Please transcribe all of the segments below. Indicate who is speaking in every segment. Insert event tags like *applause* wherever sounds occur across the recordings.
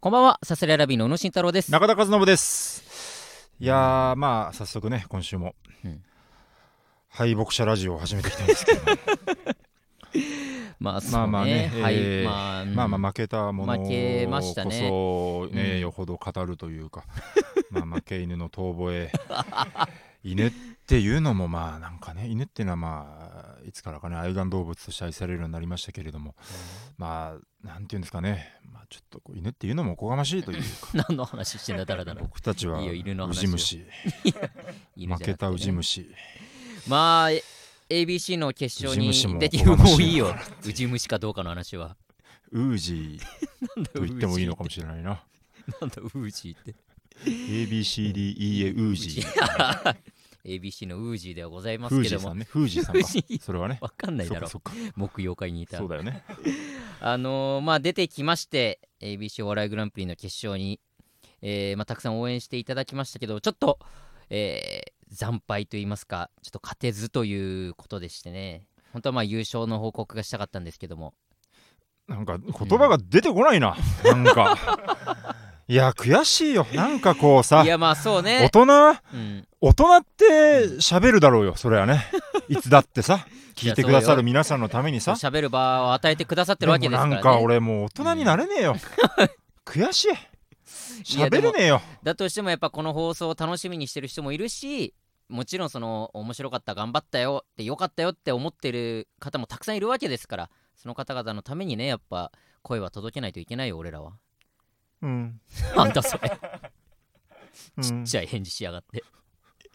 Speaker 1: こんばんは、サスレラビーの宇野慎太郎です。
Speaker 2: 中田和信ですいやーまあ早速ね今週も、
Speaker 1: うん
Speaker 2: 敗北者ラジオを始めていきたいんですけど
Speaker 1: まあ、そ
Speaker 2: まあ
Speaker 1: う
Speaker 2: まあ
Speaker 1: ね
Speaker 2: ね、、
Speaker 1: はい、
Speaker 2: えー
Speaker 1: まあ、 *laughs* うん
Speaker 2: まあまあ負けたもの
Speaker 1: 負けましたね
Speaker 2: こそね
Speaker 1: うん
Speaker 2: よほど語るというかまあ負け犬の遠吠
Speaker 1: *laughs*
Speaker 2: え犬っていうのもまあなんかね犬っていうのはまあいつからかね愛玩動物として愛されるようになりましたけれどもまあなんていうんですかね、まあ、ちょっとこう犬っていうのもおこがましい
Speaker 1: *laughs*
Speaker 2: というか
Speaker 1: 何の話してんだ、だらだら。
Speaker 2: *laughs* 僕たちはい
Speaker 1: いよ犬の
Speaker 2: ウ
Speaker 1: 話
Speaker 2: ジ虫
Speaker 1: 犬じゃなく
Speaker 2: 負
Speaker 1: てね
Speaker 2: けたウジ。虫
Speaker 1: まあ、え ABC の決勝に
Speaker 2: ウジ虫も
Speaker 1: 出てもういい
Speaker 2: お
Speaker 1: よ
Speaker 2: かましい。
Speaker 1: ウジ虫かどうかの話は。
Speaker 2: ウージーと言ってもいいのかもしれないな
Speaker 1: なんだ、ウージーって。
Speaker 2: ABCDEA ウージー
Speaker 1: ABC のウージーではございま
Speaker 2: フ
Speaker 1: す
Speaker 2: ー
Speaker 1: け
Speaker 2: ジ
Speaker 1: ど
Speaker 2: ーさ
Speaker 1: も *laughs*
Speaker 2: ん。ねフージーさん
Speaker 1: ウージー
Speaker 2: かそれはね
Speaker 1: わかんない
Speaker 2: そっ
Speaker 1: だ
Speaker 2: か
Speaker 1: ろ
Speaker 2: そっか
Speaker 1: 木曜会にいた
Speaker 2: そうだよね
Speaker 1: あのーまあ出てきまして ABC お笑いグランプリの決勝に、えーまあ、たくさん応援していただきましたけどちょっと、えー惨敗といいますかちょっと勝てずということでしてね本当はまあ優勝の報告がしたかったんですけども
Speaker 2: なんか言葉が出てこないな、なん
Speaker 1: *laughs*
Speaker 2: かいや悔しいよなんかこうさ
Speaker 1: いやまあそう
Speaker 2: 大
Speaker 1: ね、
Speaker 2: 人
Speaker 1: うん、
Speaker 2: 大人って喋るだろうよそれはねいつだってさ聞いてくださる皆さんのためにさ
Speaker 1: 喋る場を与えてくださってるわけで
Speaker 2: で
Speaker 1: す
Speaker 2: も
Speaker 1: か
Speaker 2: な
Speaker 1: ら、ね、
Speaker 2: んか俺もう大人になれねえよ、悔しい
Speaker 1: *laughs* やで
Speaker 2: 喋
Speaker 1: も
Speaker 2: れねえよ
Speaker 1: だとしてもやっぱこの放送を楽しみにしてる人もいるしもちろんその面白かった頑張ったよってよかったよって思ってる方もたくさんいるわけですからその方々のためにねやっぱ声は届けないといけないよ俺らは *laughs*
Speaker 2: うん、
Speaker 1: なんだそれ
Speaker 2: うん
Speaker 1: ちっちゃい返事しやがって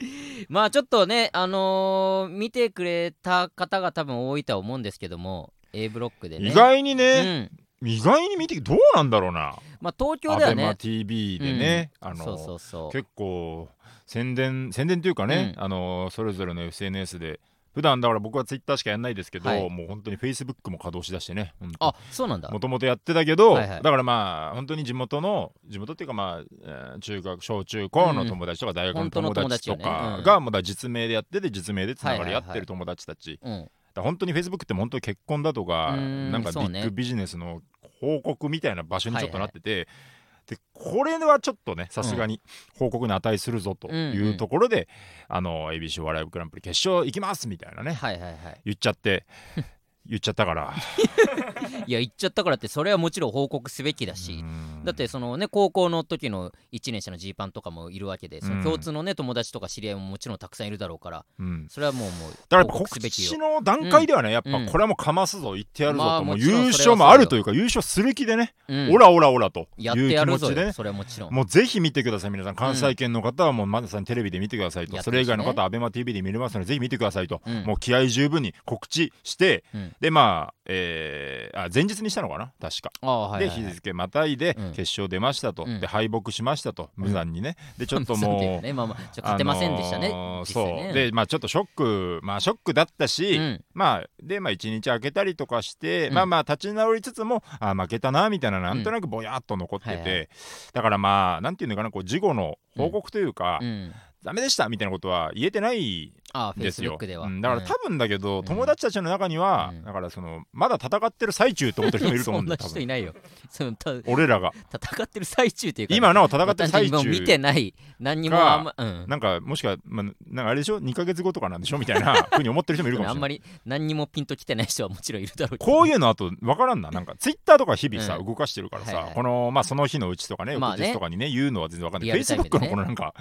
Speaker 1: *laughs* まあちょっとねあのー見てくれた方が多分多いとは思うんですけども A ブロックでね
Speaker 2: 意外に
Speaker 1: う
Speaker 2: ね、
Speaker 1: ん
Speaker 2: 意外に見てどうなんだろうな
Speaker 1: まあ東京
Speaker 2: ア
Speaker 1: では
Speaker 2: ベマ
Speaker 1: ね
Speaker 2: t v でね、あの
Speaker 1: そうそうそう
Speaker 2: 結構宣伝宣伝というかね、あのそれぞれの SNS で普段だから僕はツイッターしかやんないですけど、
Speaker 1: はい
Speaker 2: もう本当にフェイスブックも稼働しだしてね
Speaker 1: あそうなんだ
Speaker 2: もともとやってたけど、
Speaker 1: はいはい
Speaker 2: だからまあ本当に地元の地元っていうかまあえー中学小中高の友達とか大学の友達と
Speaker 1: 本当の友達よねう
Speaker 2: か
Speaker 1: ん
Speaker 2: がまだ実名でやってて実名でつながり合ってる友達たち、
Speaker 1: うん
Speaker 2: だから本当にフェイスブックって本当に結婚だとか
Speaker 1: うーん
Speaker 2: なんかビ
Speaker 1: そうね
Speaker 2: ッグビジネスの報告みたいな場所にちょっ
Speaker 1: は
Speaker 2: と
Speaker 1: いは
Speaker 2: ないってて、でこれはちょっとねさすがに報告に値するぞと
Speaker 1: うん
Speaker 2: いううんところで、あの ABC お笑いグランプリ決勝行きますみたいなね
Speaker 1: はいはいはい
Speaker 2: 言っちゃって
Speaker 1: *laughs*
Speaker 2: 言っちゃったから
Speaker 1: いや言っちゃったからってそれはもちろん報告すべきだし、
Speaker 2: うーん
Speaker 1: だってそのね高校の時の1年生のジーパンとかもいるわけでその共通のね友達とか知り合いももちろんたくさんいるだろうから
Speaker 2: うん
Speaker 1: それはもうもう
Speaker 2: だからやっぱ
Speaker 1: 報告す
Speaker 2: 告
Speaker 1: べき
Speaker 2: 知
Speaker 1: よ
Speaker 2: の段階ではね、やっ
Speaker 1: うん
Speaker 2: ぱこれはもうかますぞ、言ってやるぞと、
Speaker 1: まあ
Speaker 2: もう
Speaker 1: もちろん
Speaker 2: 優
Speaker 1: それはそう
Speaker 2: 勝も
Speaker 1: よ
Speaker 2: あるというか優勝する気でね、
Speaker 1: うん
Speaker 2: オラオラオラとい
Speaker 1: やってや
Speaker 2: う気
Speaker 1: る
Speaker 2: 持
Speaker 1: ぞ
Speaker 2: ちで
Speaker 1: よ
Speaker 2: ね
Speaker 1: それはもちろん
Speaker 2: もうぜひ見てください皆さん関西圏の方はもうまださんテレビで見てくださいと、
Speaker 1: やって
Speaker 2: そ
Speaker 1: るし
Speaker 2: れ
Speaker 1: ね
Speaker 2: 以外の方は ABEMATV で見れますのでぜひ見てくださいと、
Speaker 1: うん
Speaker 2: もう気合十分に告知して、
Speaker 1: うん
Speaker 2: でまあ,、えーあ前日にしたのかな確か。
Speaker 1: ああはい
Speaker 2: で
Speaker 1: はい
Speaker 2: 日
Speaker 1: はい
Speaker 2: 付またいで
Speaker 1: うん
Speaker 2: 決勝出ましたと、
Speaker 1: うん
Speaker 2: で敗北しましたと、無残にねでちょっ
Speaker 1: *laughs*
Speaker 2: と
Speaker 1: そうだ
Speaker 2: も
Speaker 1: よ
Speaker 2: う
Speaker 1: ねまあまあちょっと勝てませんでしたね、
Speaker 2: あのー
Speaker 1: 実際ね
Speaker 2: そうでまあちょっとショックまあショックだったし、
Speaker 1: うん
Speaker 2: まあでまあ1日空けたりとかして、
Speaker 1: うん
Speaker 2: まあまあ立ち直りつつもあ負けたなみたいななんとなくぼやっと残ってて、
Speaker 1: はいはい
Speaker 2: だからまあなんていうのかなこう事後の報告というか、
Speaker 1: うん
Speaker 2: ダメでしたみたいなことは言えてない
Speaker 1: ああ
Speaker 2: ん
Speaker 1: フェイ
Speaker 2: で
Speaker 1: ス
Speaker 2: す
Speaker 1: ブッ
Speaker 2: よ
Speaker 1: クでは、
Speaker 2: うんだから多分だけど、
Speaker 1: ん
Speaker 2: 友達たちの中には、
Speaker 1: うん
Speaker 2: だからそのまだ戦ってる最中と思ってる人もいると思うんだよ
Speaker 1: そん
Speaker 2: 多
Speaker 1: な人
Speaker 2: 分
Speaker 1: いないよそのた
Speaker 2: 俺らが
Speaker 1: 戦ってる最中というか
Speaker 2: 今なお戦ってる最
Speaker 1: 私も
Speaker 2: 中
Speaker 1: 見てない何にもあんま、うん、
Speaker 2: なんかもしか、まあ、なんかあれでしょ2か月後とかなんでしょみたいなふうに思ってる人もいるかもしれな
Speaker 1: あ
Speaker 2: い
Speaker 1: んまり何にもピンときてない人はもちろんいるだろうけど
Speaker 2: こういうのあと分からんな、なんかツイッターとか日々さ、
Speaker 1: うん
Speaker 2: 動かしてるからさ、
Speaker 1: はいはい
Speaker 2: この、まあ、その日のうちとかね、
Speaker 1: まあ
Speaker 2: 翌
Speaker 1: ね
Speaker 2: 日とかにね、言うのは全然分かんない。
Speaker 1: リ
Speaker 2: フ
Speaker 1: アルタ
Speaker 2: ェイス
Speaker 1: イ
Speaker 2: ブ
Speaker 1: ム
Speaker 2: ッ
Speaker 1: で
Speaker 2: ク
Speaker 1: ね
Speaker 2: のこのなんか、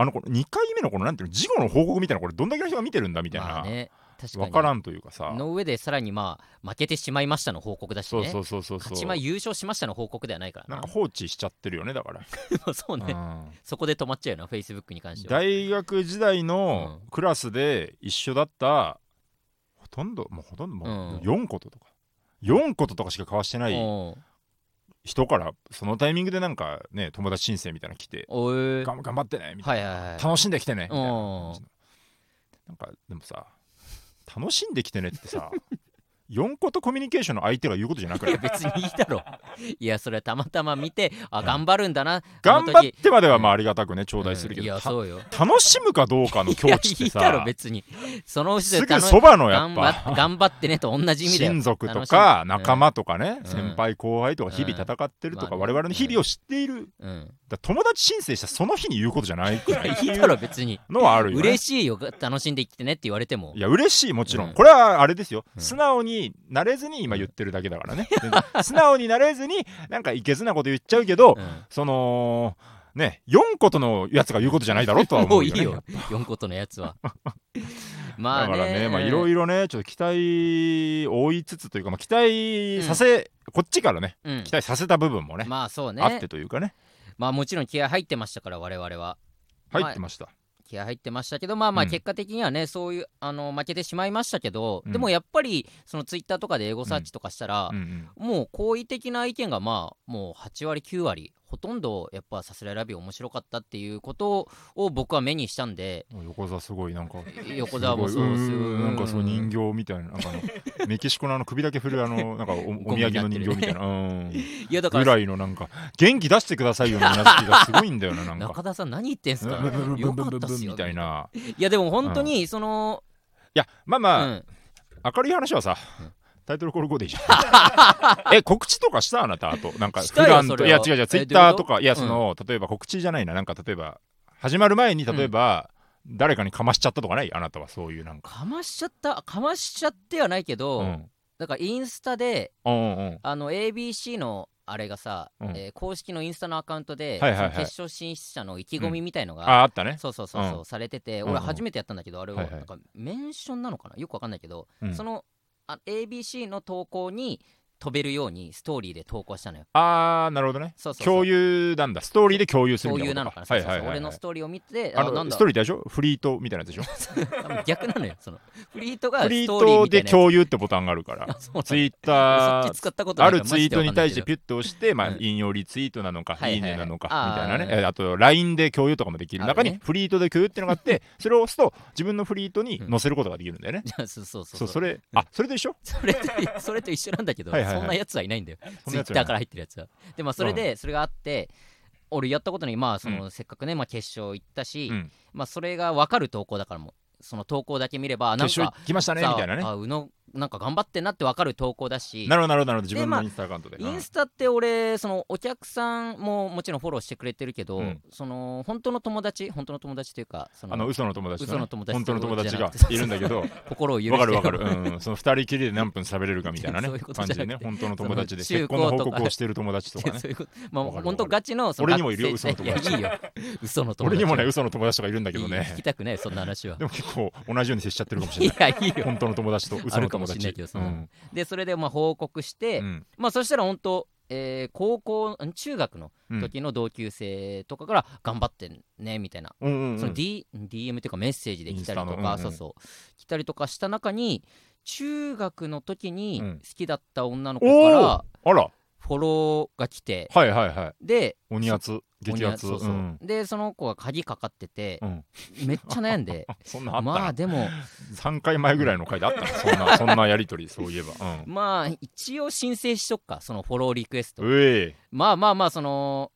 Speaker 2: あのこの2回目のこのなんていうの、事後の報告みたいな、これ、どんだけの人が見てるんだみたいな、
Speaker 1: まあね確かに
Speaker 2: 分からんというかさ、
Speaker 1: の上でさらにまあ負けてしまいましたの報告だし
Speaker 2: そう
Speaker 1: ね
Speaker 2: そうそうそう
Speaker 1: 勝
Speaker 2: そ
Speaker 1: ち
Speaker 2: う、
Speaker 1: 前優勝しましたの報告ではないから
Speaker 2: なん
Speaker 1: な
Speaker 2: か放置しちゃってるよね、だ
Speaker 1: *laughs*
Speaker 2: から。
Speaker 1: そう
Speaker 2: う
Speaker 1: ね
Speaker 2: ん
Speaker 1: そこで止まっちゃうよなフェイスブックに関しては
Speaker 2: 大学時代のクラスで一緒だった、ほとんど、もうほとんど、もう
Speaker 1: うん
Speaker 2: 4こととか、4こととかしか交わしてない。
Speaker 1: おう
Speaker 2: 人からそのタイミングでなんかね友達申請みたいなの来て
Speaker 1: お
Speaker 2: 「
Speaker 1: う
Speaker 2: 頑頑張ってね」みたい
Speaker 1: はいはい
Speaker 2: な「
Speaker 1: は
Speaker 2: 楽しんできてね」みたいな
Speaker 1: うん
Speaker 2: なんかでもさ楽しんできてねってさ *laughs* 4個とコミュニケーションの相手が言うことじゃな
Speaker 1: *laughs*
Speaker 2: く
Speaker 1: いや
Speaker 2: て
Speaker 1: 別にいいだろいやそれはたまたま見てあ
Speaker 2: うん
Speaker 1: 頑張るんだな
Speaker 2: 頑張っ
Speaker 1: って
Speaker 2: まではまあありがたくね頂戴するけ
Speaker 1: い
Speaker 2: ど、
Speaker 1: や
Speaker 2: た
Speaker 1: そうよ
Speaker 2: 楽しむかどうかの境地っ
Speaker 1: いやい
Speaker 2: て
Speaker 1: いだろ
Speaker 2: さ
Speaker 1: 別にそのうちです楽
Speaker 2: ぐ
Speaker 1: し
Speaker 2: そばのや
Speaker 1: 頑
Speaker 2: っ
Speaker 1: 張
Speaker 2: ぱ
Speaker 1: っ頑張ってねと同じ意味だよ
Speaker 2: 親族と
Speaker 1: 楽し
Speaker 2: か
Speaker 1: み
Speaker 2: 仲間とかね、
Speaker 1: ん
Speaker 2: 先輩後輩とか日々戦ってるとか、
Speaker 1: うん
Speaker 2: 我々の日々を知っている、
Speaker 1: うんうん
Speaker 2: だから友達申請したその日に言うことじゃないくらい
Speaker 1: いいだろ別に
Speaker 2: のはあるよ、ね、
Speaker 1: 嬉しいよ楽しんでいってねって言われても
Speaker 2: いや嬉しいもちろん、
Speaker 1: うん
Speaker 2: これはあれですよ、
Speaker 1: うん
Speaker 2: 素直になれずに今言ってるだけだから
Speaker 1: *laughs*
Speaker 2: ね全然素直になれずになんかいけずなこと言っちゃうけど、
Speaker 1: うん
Speaker 2: そのね4ことのやつが言うことじゃないだろうとは思
Speaker 1: もう
Speaker 2: う
Speaker 1: い
Speaker 2: よ、
Speaker 1: い
Speaker 2: ね、
Speaker 1: よ4ことのや
Speaker 2: *laughs*
Speaker 1: つはま
Speaker 2: だ
Speaker 1: あ
Speaker 2: からね
Speaker 1: ね
Speaker 2: まあいろいろねちょっと期待を追いつつというか、まあ、期待させ、こっちからね
Speaker 1: うん
Speaker 2: 期待させた部分もね,、
Speaker 1: まあそうね
Speaker 2: あってというかね
Speaker 1: まあもちろん気合入ってましたから我々は
Speaker 2: 入ってました、
Speaker 1: 気合入ってましたけどまあまあ
Speaker 2: うん
Speaker 1: 結果的にはね、そういうあの負けてしまいましたけど、
Speaker 2: うん
Speaker 1: でもやっぱりそのツイッターとかで英語サーチとかしたら
Speaker 2: うん、うん
Speaker 1: もう好意的な意見がまあもう8割9割ほとんどやっぱさすらいラビ面白かったっていうことを僕は目にしたんで
Speaker 2: もう横澤すごいなんか
Speaker 1: 横澤も
Speaker 2: す
Speaker 1: そ
Speaker 2: ごいう
Speaker 1: す
Speaker 2: ー
Speaker 1: ごい
Speaker 2: んなんかそう人形みたいななんかあの
Speaker 1: *laughs*
Speaker 2: メキシコのあの首だけ振るあのなんかおお
Speaker 1: ゴミ
Speaker 2: 土
Speaker 1: にな
Speaker 2: 産
Speaker 1: っ
Speaker 2: の
Speaker 1: てる
Speaker 2: 人形みたいなうん
Speaker 1: いやだか
Speaker 2: ぐ
Speaker 1: ら
Speaker 2: らいのなんか元気出してくださいよのうなずきがすごいんだよななんか
Speaker 1: 中田さん何言ってんすか
Speaker 2: ブンブンブンブン
Speaker 1: よか
Speaker 2: ブ
Speaker 1: っ
Speaker 2: ンブ
Speaker 1: たっ
Speaker 2: ン
Speaker 1: すよ
Speaker 2: みたいない
Speaker 1: やでも本当にその、
Speaker 2: いやまあ
Speaker 1: う
Speaker 2: まあ
Speaker 1: ん、
Speaker 2: 明るい話はさ
Speaker 1: うん
Speaker 2: タイトルコール5でいいじゃん
Speaker 1: *laughs*
Speaker 2: え告知とかしたあなたあとなんか
Speaker 1: し
Speaker 2: 普
Speaker 1: たよ
Speaker 2: 段
Speaker 1: そ
Speaker 2: と
Speaker 1: れ
Speaker 2: い
Speaker 1: は
Speaker 2: や違う違
Speaker 1: え
Speaker 2: うツイッターと
Speaker 1: どういうこと
Speaker 2: かいやその例えば告知じゃないななんか例えば始まる前に例えば誰かにかましちゃったとかないあなたはそういうなんか
Speaker 1: かましちゃったかましちゃってはないけど、
Speaker 2: うん
Speaker 1: だからインスタで
Speaker 2: うんうん
Speaker 1: あの ABC のあれがさ、
Speaker 2: うん
Speaker 1: えー公式のインスタのアカウントで、
Speaker 2: はいはい
Speaker 1: そ
Speaker 2: はい
Speaker 1: の決勝進出者の意気込みみたいのが、
Speaker 2: ああったね
Speaker 1: そうそうそうそう、
Speaker 2: う
Speaker 1: されてて、
Speaker 2: うん
Speaker 1: 俺
Speaker 2: うん
Speaker 1: 初めてやったんだけどあれを、
Speaker 2: はいはい
Speaker 1: なんかメンションなのかなよくわかんないけど、
Speaker 2: うん
Speaker 1: そのあ ABC の投稿に飛べるようにストーリーで投稿したのよ。
Speaker 2: あーなるほどね
Speaker 1: そうそうそう
Speaker 2: 共有なんだストーリーで共有する
Speaker 1: 共
Speaker 2: みたい
Speaker 1: 有
Speaker 2: な
Speaker 1: な
Speaker 2: こ
Speaker 1: の
Speaker 2: と
Speaker 1: かな、
Speaker 2: はい
Speaker 1: そうそう
Speaker 2: はい
Speaker 1: そう
Speaker 2: は
Speaker 1: 俺
Speaker 2: い
Speaker 1: のストーリーを見て、
Speaker 2: あ
Speaker 1: あなん
Speaker 2: の
Speaker 1: だ
Speaker 2: ストーリーでしょフリートみたいなや
Speaker 1: *laughs*
Speaker 2: つでしょ
Speaker 1: 多分逆なのよ、そのフリートが
Speaker 2: フ
Speaker 1: ス
Speaker 2: リー
Speaker 1: トーリー
Speaker 2: ト
Speaker 1: みたい
Speaker 2: で
Speaker 1: なや
Speaker 2: 共有ってボタンがあるか
Speaker 1: つ。
Speaker 2: ら
Speaker 1: あそうなんだ
Speaker 2: ツイッ
Speaker 1: 俺
Speaker 2: タ
Speaker 1: そっち使
Speaker 2: ー
Speaker 1: ったことな
Speaker 2: あ
Speaker 1: いから
Speaker 2: るツイートに対して
Speaker 1: マジで
Speaker 2: ピュッと押して、ま
Speaker 1: う
Speaker 2: あ
Speaker 1: ん、
Speaker 2: 引用リツイートなのか、
Speaker 1: はい
Speaker 2: い
Speaker 1: はいは
Speaker 2: い
Speaker 1: い
Speaker 2: ねなのか、
Speaker 1: あー
Speaker 2: みたいなね
Speaker 1: う、ん
Speaker 2: えあと LINE で共有とかもできる中
Speaker 1: ある
Speaker 2: に
Speaker 1: ね、
Speaker 2: フリートで共有っていうのがあって、それを押すと、自分のフリートに載せることができるんだよね。
Speaker 1: わかんないけどそうそうそうそ
Speaker 2: そ、
Speaker 1: うう
Speaker 2: それ、あそれと一緒
Speaker 1: それとそれと一緒なんだけど、
Speaker 2: はいはいはい
Speaker 1: そんなやつはいないんだよ
Speaker 2: そ
Speaker 1: ツイ
Speaker 2: んな
Speaker 1: ッ
Speaker 2: やつ
Speaker 1: タ
Speaker 2: は
Speaker 1: ーから入ってるやつはでまあそれでそれがあって俺やったことにまあその、
Speaker 2: う
Speaker 1: せっかくね、まあ、決勝行ったし、
Speaker 2: うん
Speaker 1: まあそれが分かる投稿だからもうその投稿だけ見ればあなんか
Speaker 2: 決勝来ましたね、み
Speaker 1: さ
Speaker 2: たいなね。
Speaker 1: あ宇野なんか頑張ってんなって分かる投稿だし
Speaker 2: なるほど、なるほど、なるほど、自分
Speaker 1: まあ
Speaker 2: のインスタアカウントで。
Speaker 1: インスタって俺そのお客さんももちろんフォローしてくれてるけど、
Speaker 2: うん
Speaker 1: その本当の友達本当の友達というかその
Speaker 2: あの嘘の友達とね
Speaker 1: 嘘の友達
Speaker 2: 本当の友達がいるんだけ
Speaker 1: *laughs*
Speaker 2: ど
Speaker 1: 心を許して
Speaker 2: わかるわかる、うん、その二人きりで何分喋れるかみたいな
Speaker 1: *laughs*
Speaker 2: ね
Speaker 1: そういうこと
Speaker 2: 感
Speaker 1: じ
Speaker 2: じ
Speaker 1: ゃな
Speaker 2: で
Speaker 1: くて
Speaker 2: ね本当の友達で
Speaker 1: その
Speaker 2: 結婚の
Speaker 1: 中高と
Speaker 2: 報
Speaker 1: か
Speaker 2: 告をしてる友達とかね
Speaker 1: *laughs* そういうことまあ
Speaker 2: わかるわかる
Speaker 1: 本当ガチのその
Speaker 2: 俺にもいるよ
Speaker 1: 学生
Speaker 2: 嘘の友達
Speaker 1: い
Speaker 2: *laughs*
Speaker 1: やいいよ嘘の友
Speaker 2: 俺
Speaker 1: 達
Speaker 2: にもね嘘の友達とかいるんだけど
Speaker 1: いい聞
Speaker 2: ね
Speaker 1: きたくないそんな話は
Speaker 2: でも結構同じように接しちゃってるかもしれ
Speaker 1: い
Speaker 2: ない
Speaker 1: やいいよ
Speaker 2: 本当の友達と
Speaker 1: あ
Speaker 2: 嘘
Speaker 1: る
Speaker 2: の
Speaker 1: かも
Speaker 2: 友
Speaker 1: し
Speaker 2: 達
Speaker 1: んないけどそ
Speaker 2: うん
Speaker 1: なんでそれでまあ報告して、
Speaker 2: うん
Speaker 1: まあそしたら本当えー高校ん中学の
Speaker 2: うん
Speaker 1: 時の同級生とかから頑張ってねみたいな、
Speaker 2: うんうんうん
Speaker 1: その、D、DM というかメッセージで来たりと
Speaker 2: インスタの
Speaker 1: か、
Speaker 2: うんうん
Speaker 1: そうそう来たりとかした中に中学の時
Speaker 2: う
Speaker 1: に
Speaker 2: ん
Speaker 1: 好きだった女の子
Speaker 2: お
Speaker 1: か
Speaker 2: お
Speaker 1: ら
Speaker 2: あら
Speaker 1: フォローが来て、
Speaker 2: はいはいはい
Speaker 1: で
Speaker 2: 鬼圧激圧
Speaker 1: そうそう、
Speaker 2: ん
Speaker 1: でその子が鍵かかってて
Speaker 2: *laughs* う、ん
Speaker 1: めっちゃ悩んで
Speaker 2: そん *laughs* なあった
Speaker 1: まあ
Speaker 2: な
Speaker 1: でも
Speaker 2: 3回前ぐらいの回であった
Speaker 1: *laughs*
Speaker 2: なそんなそんなやりとりそういえばうん
Speaker 1: まあ一応申請しとくかそのフォローリクエスト
Speaker 2: うえ
Speaker 1: まあまあまあその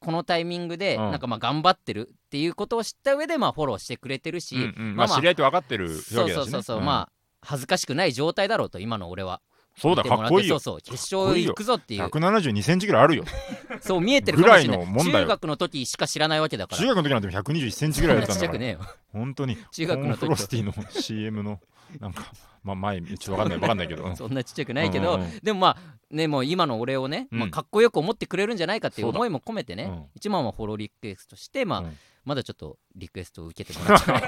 Speaker 1: このタイミングで
Speaker 2: うん
Speaker 1: なんかまあ頑張ってるっていうことを知った上でまあフォローしてくれてるし、
Speaker 2: うんうんまあ知り合いって分かってるわけだし
Speaker 1: そう
Speaker 2: ね
Speaker 1: そうそうそう、
Speaker 2: ん
Speaker 1: まあ恥ずかしくない状態だろうと今の俺は
Speaker 2: そうだ
Speaker 1: でも
Speaker 2: かっこいい
Speaker 1: そ
Speaker 2: よ
Speaker 1: うそう決勝行くぞっていう
Speaker 2: 172センチぐらいあるよ
Speaker 1: そう見えてるかもしれな
Speaker 2: ぐら
Speaker 1: い
Speaker 2: いのもんだよ
Speaker 1: 中学の時しか知らないわけだから
Speaker 2: 中学の時なんて121センチぐらいだった
Speaker 1: ちっ
Speaker 2: ん
Speaker 1: ち
Speaker 2: だ
Speaker 1: ゃ
Speaker 2: か
Speaker 1: く
Speaker 2: ら
Speaker 1: ねえよ
Speaker 2: 本当に
Speaker 1: 中学の時と
Speaker 2: コーンフロスティの CM のなんか、まあ、前ちょっとわかんないわかんないけ
Speaker 1: *laughs*
Speaker 2: ど
Speaker 1: そんなちっちゃくないけど、
Speaker 2: うんうんうん
Speaker 1: でもまあねもう今の俺をね、
Speaker 2: うん
Speaker 1: まあ、かっこよく思ってくれるんじゃないかっていう
Speaker 2: そうだ
Speaker 1: 思いも込めてね、
Speaker 2: うん
Speaker 1: 一番はフォローリクエストして、まあ
Speaker 2: うん
Speaker 1: まだちょっとリクエストを受けても
Speaker 2: *laughs*
Speaker 1: らってない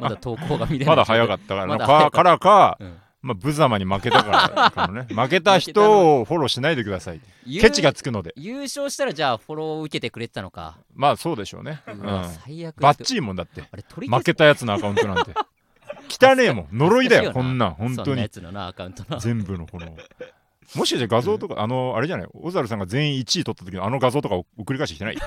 Speaker 1: まだ投稿が見れない
Speaker 2: まだ早かったから
Speaker 1: ま
Speaker 2: か
Speaker 1: だ早かった
Speaker 2: からか、
Speaker 1: うん
Speaker 2: まあ、無様に負けたから
Speaker 1: *laughs*
Speaker 2: かもね負けた人をフォローしないでください
Speaker 1: 優
Speaker 2: ケチがつくので
Speaker 1: 優勝したらじゃあフォローを受けてくれてたのか、
Speaker 2: まあそうでしょうね、
Speaker 1: う
Speaker 2: うん、
Speaker 1: わ
Speaker 2: バ
Speaker 1: 最悪
Speaker 2: ッチリもんだって
Speaker 1: あれ取り消
Speaker 2: 負
Speaker 1: す
Speaker 2: けたやつのアカウントなんて汚ねえもん呪いだ
Speaker 1: *laughs* 恥ずかしいよな
Speaker 2: よこんなん本
Speaker 1: そ
Speaker 2: 当
Speaker 1: んな
Speaker 2: に
Speaker 1: やつのなアカウントな *laughs*
Speaker 2: 全部のこのもしかして画像とか、あのあれじゃない小猿さんが全員1位取った時のあの画像とかを送り返してきてない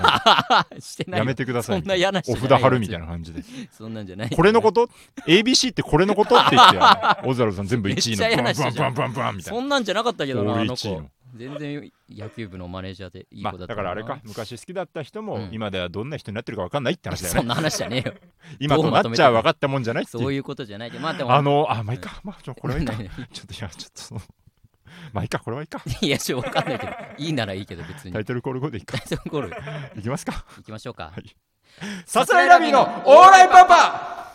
Speaker 1: してない
Speaker 2: や
Speaker 1: よ
Speaker 2: めてください
Speaker 1: そんな嫌な人
Speaker 2: お
Speaker 1: じゃない
Speaker 2: 札貼るみたいな感じで
Speaker 1: そんなんじゃない
Speaker 2: これのことと ABC ってこれのことって言ってあ
Speaker 1: *laughs*
Speaker 2: の小猿さん全部1位
Speaker 1: めっちゃ嫌な
Speaker 2: の
Speaker 1: 人じゃ
Speaker 2: バ
Speaker 1: ん
Speaker 2: ンバンバンバンバンみたい
Speaker 1: そ
Speaker 2: なん
Speaker 1: なんじゃなかったけどなあ
Speaker 2: 俺
Speaker 1: の
Speaker 2: 1位
Speaker 1: 子
Speaker 2: の
Speaker 1: 全然野球部のマネージャーでいい
Speaker 2: ま
Speaker 1: 子
Speaker 2: あ
Speaker 1: だった
Speaker 2: だからあ
Speaker 1: *laughs*
Speaker 2: れか昔好きだった人も、
Speaker 1: うん
Speaker 2: 今ではどんな人になってるか分かんないって話だよ
Speaker 1: そ
Speaker 2: ね
Speaker 1: んな話じゃね
Speaker 2: *laughs*
Speaker 1: えよ
Speaker 2: 今となっちゃ分かったもんじゃないっていう
Speaker 1: そういうことじゃないけどまあでも
Speaker 2: あのあまあいいかまあちょこれはいいか
Speaker 1: ないない
Speaker 2: ちょっといやちょっとその *laughs* まあいいかこれはいいか
Speaker 1: *laughs* いやしょうわかんないけどいいならいいけど別に
Speaker 2: タイ
Speaker 1: 大
Speaker 2: トルコール後でいいか
Speaker 1: 丈夫ゴール
Speaker 2: *laughs* いきますか
Speaker 1: 行きましょうか
Speaker 2: はい
Speaker 1: さ
Speaker 2: すらいラビーのオーライパパ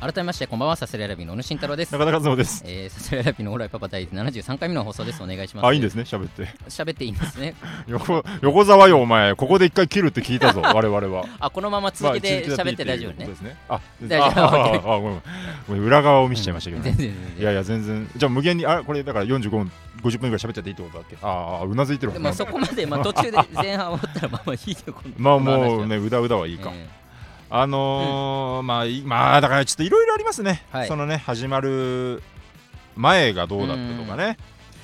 Speaker 1: 改めましてこんばんはさすらいラビーの小野慎太郎です
Speaker 2: 中田和夫です
Speaker 1: えーさすらいラビーのオーライパパ第73回目の放送ですお願いします
Speaker 2: あいいんですね喋って
Speaker 1: 喋っていいんですね
Speaker 2: 横横沢よお前ここで一回切るって聞
Speaker 1: *laughs*
Speaker 2: いたぞ我々は
Speaker 1: あこのまま続けて
Speaker 2: まあ続け
Speaker 1: 喋
Speaker 2: い
Speaker 1: っ
Speaker 2: い
Speaker 1: て大丈夫ね
Speaker 2: ということですあ
Speaker 1: 大丈夫
Speaker 2: ああああごめんごめん裏側を見せちゃいましたけど
Speaker 1: 全
Speaker 2: ね
Speaker 1: 然全
Speaker 2: *laughs* い
Speaker 1: 然
Speaker 2: やいや全然じゃあ無限にあこれだから45分50分ぐらい喋っちゃっていいってことだっけああうなずいてるわ
Speaker 1: でもそこまで、まあ、途中で前半終わったらまあまあいいよこの
Speaker 2: まあ
Speaker 1: この話は
Speaker 2: もうねうだうだはいいか、
Speaker 1: え
Speaker 2: あのーまあいまあだからちょっといろいろありますね、
Speaker 1: はい
Speaker 2: そのね始まる前がどうだったとかね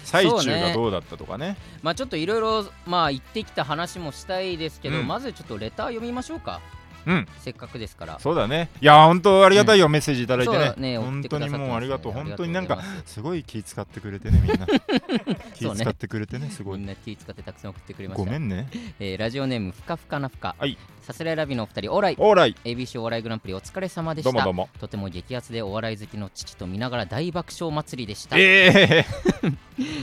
Speaker 2: 最中がどうだったとかね
Speaker 1: ーまあちょっといろいろまあ言ってきた話もしたいですけど、
Speaker 2: うん
Speaker 1: まずちょっとレター読みましょうか
Speaker 2: うん
Speaker 1: せっかくですから
Speaker 2: そうだねいや本当ありがたいよ、メッセージいただいて
Speaker 1: そう
Speaker 2: ね
Speaker 1: だね送っ
Speaker 2: 本
Speaker 1: て
Speaker 2: 当
Speaker 1: くだ
Speaker 2: に
Speaker 1: さってますね
Speaker 2: もうありがとう
Speaker 1: あり
Speaker 2: 本
Speaker 1: がと
Speaker 2: 当
Speaker 1: う
Speaker 2: に
Speaker 1: ござ
Speaker 2: ないん
Speaker 1: ます
Speaker 2: かすごい気使ってくれてね
Speaker 1: *laughs*
Speaker 2: みんな気
Speaker 1: そうね
Speaker 2: 使ってくれてねすご
Speaker 1: み
Speaker 2: い
Speaker 1: んな気使ってたくさん送ってくれまし
Speaker 2: ご
Speaker 1: た
Speaker 2: めんね
Speaker 1: えーラジオネームふかふかなふか、
Speaker 2: はい
Speaker 1: さすらいラビのお二人オーライ
Speaker 2: オーライ
Speaker 1: ABC お笑いグランプリお疲れ様で
Speaker 2: ど
Speaker 1: し
Speaker 2: うも
Speaker 1: た
Speaker 2: どうも
Speaker 1: とても激アツでお笑い好きの父と見ながら大爆笑祭りでした、
Speaker 2: え
Speaker 1: え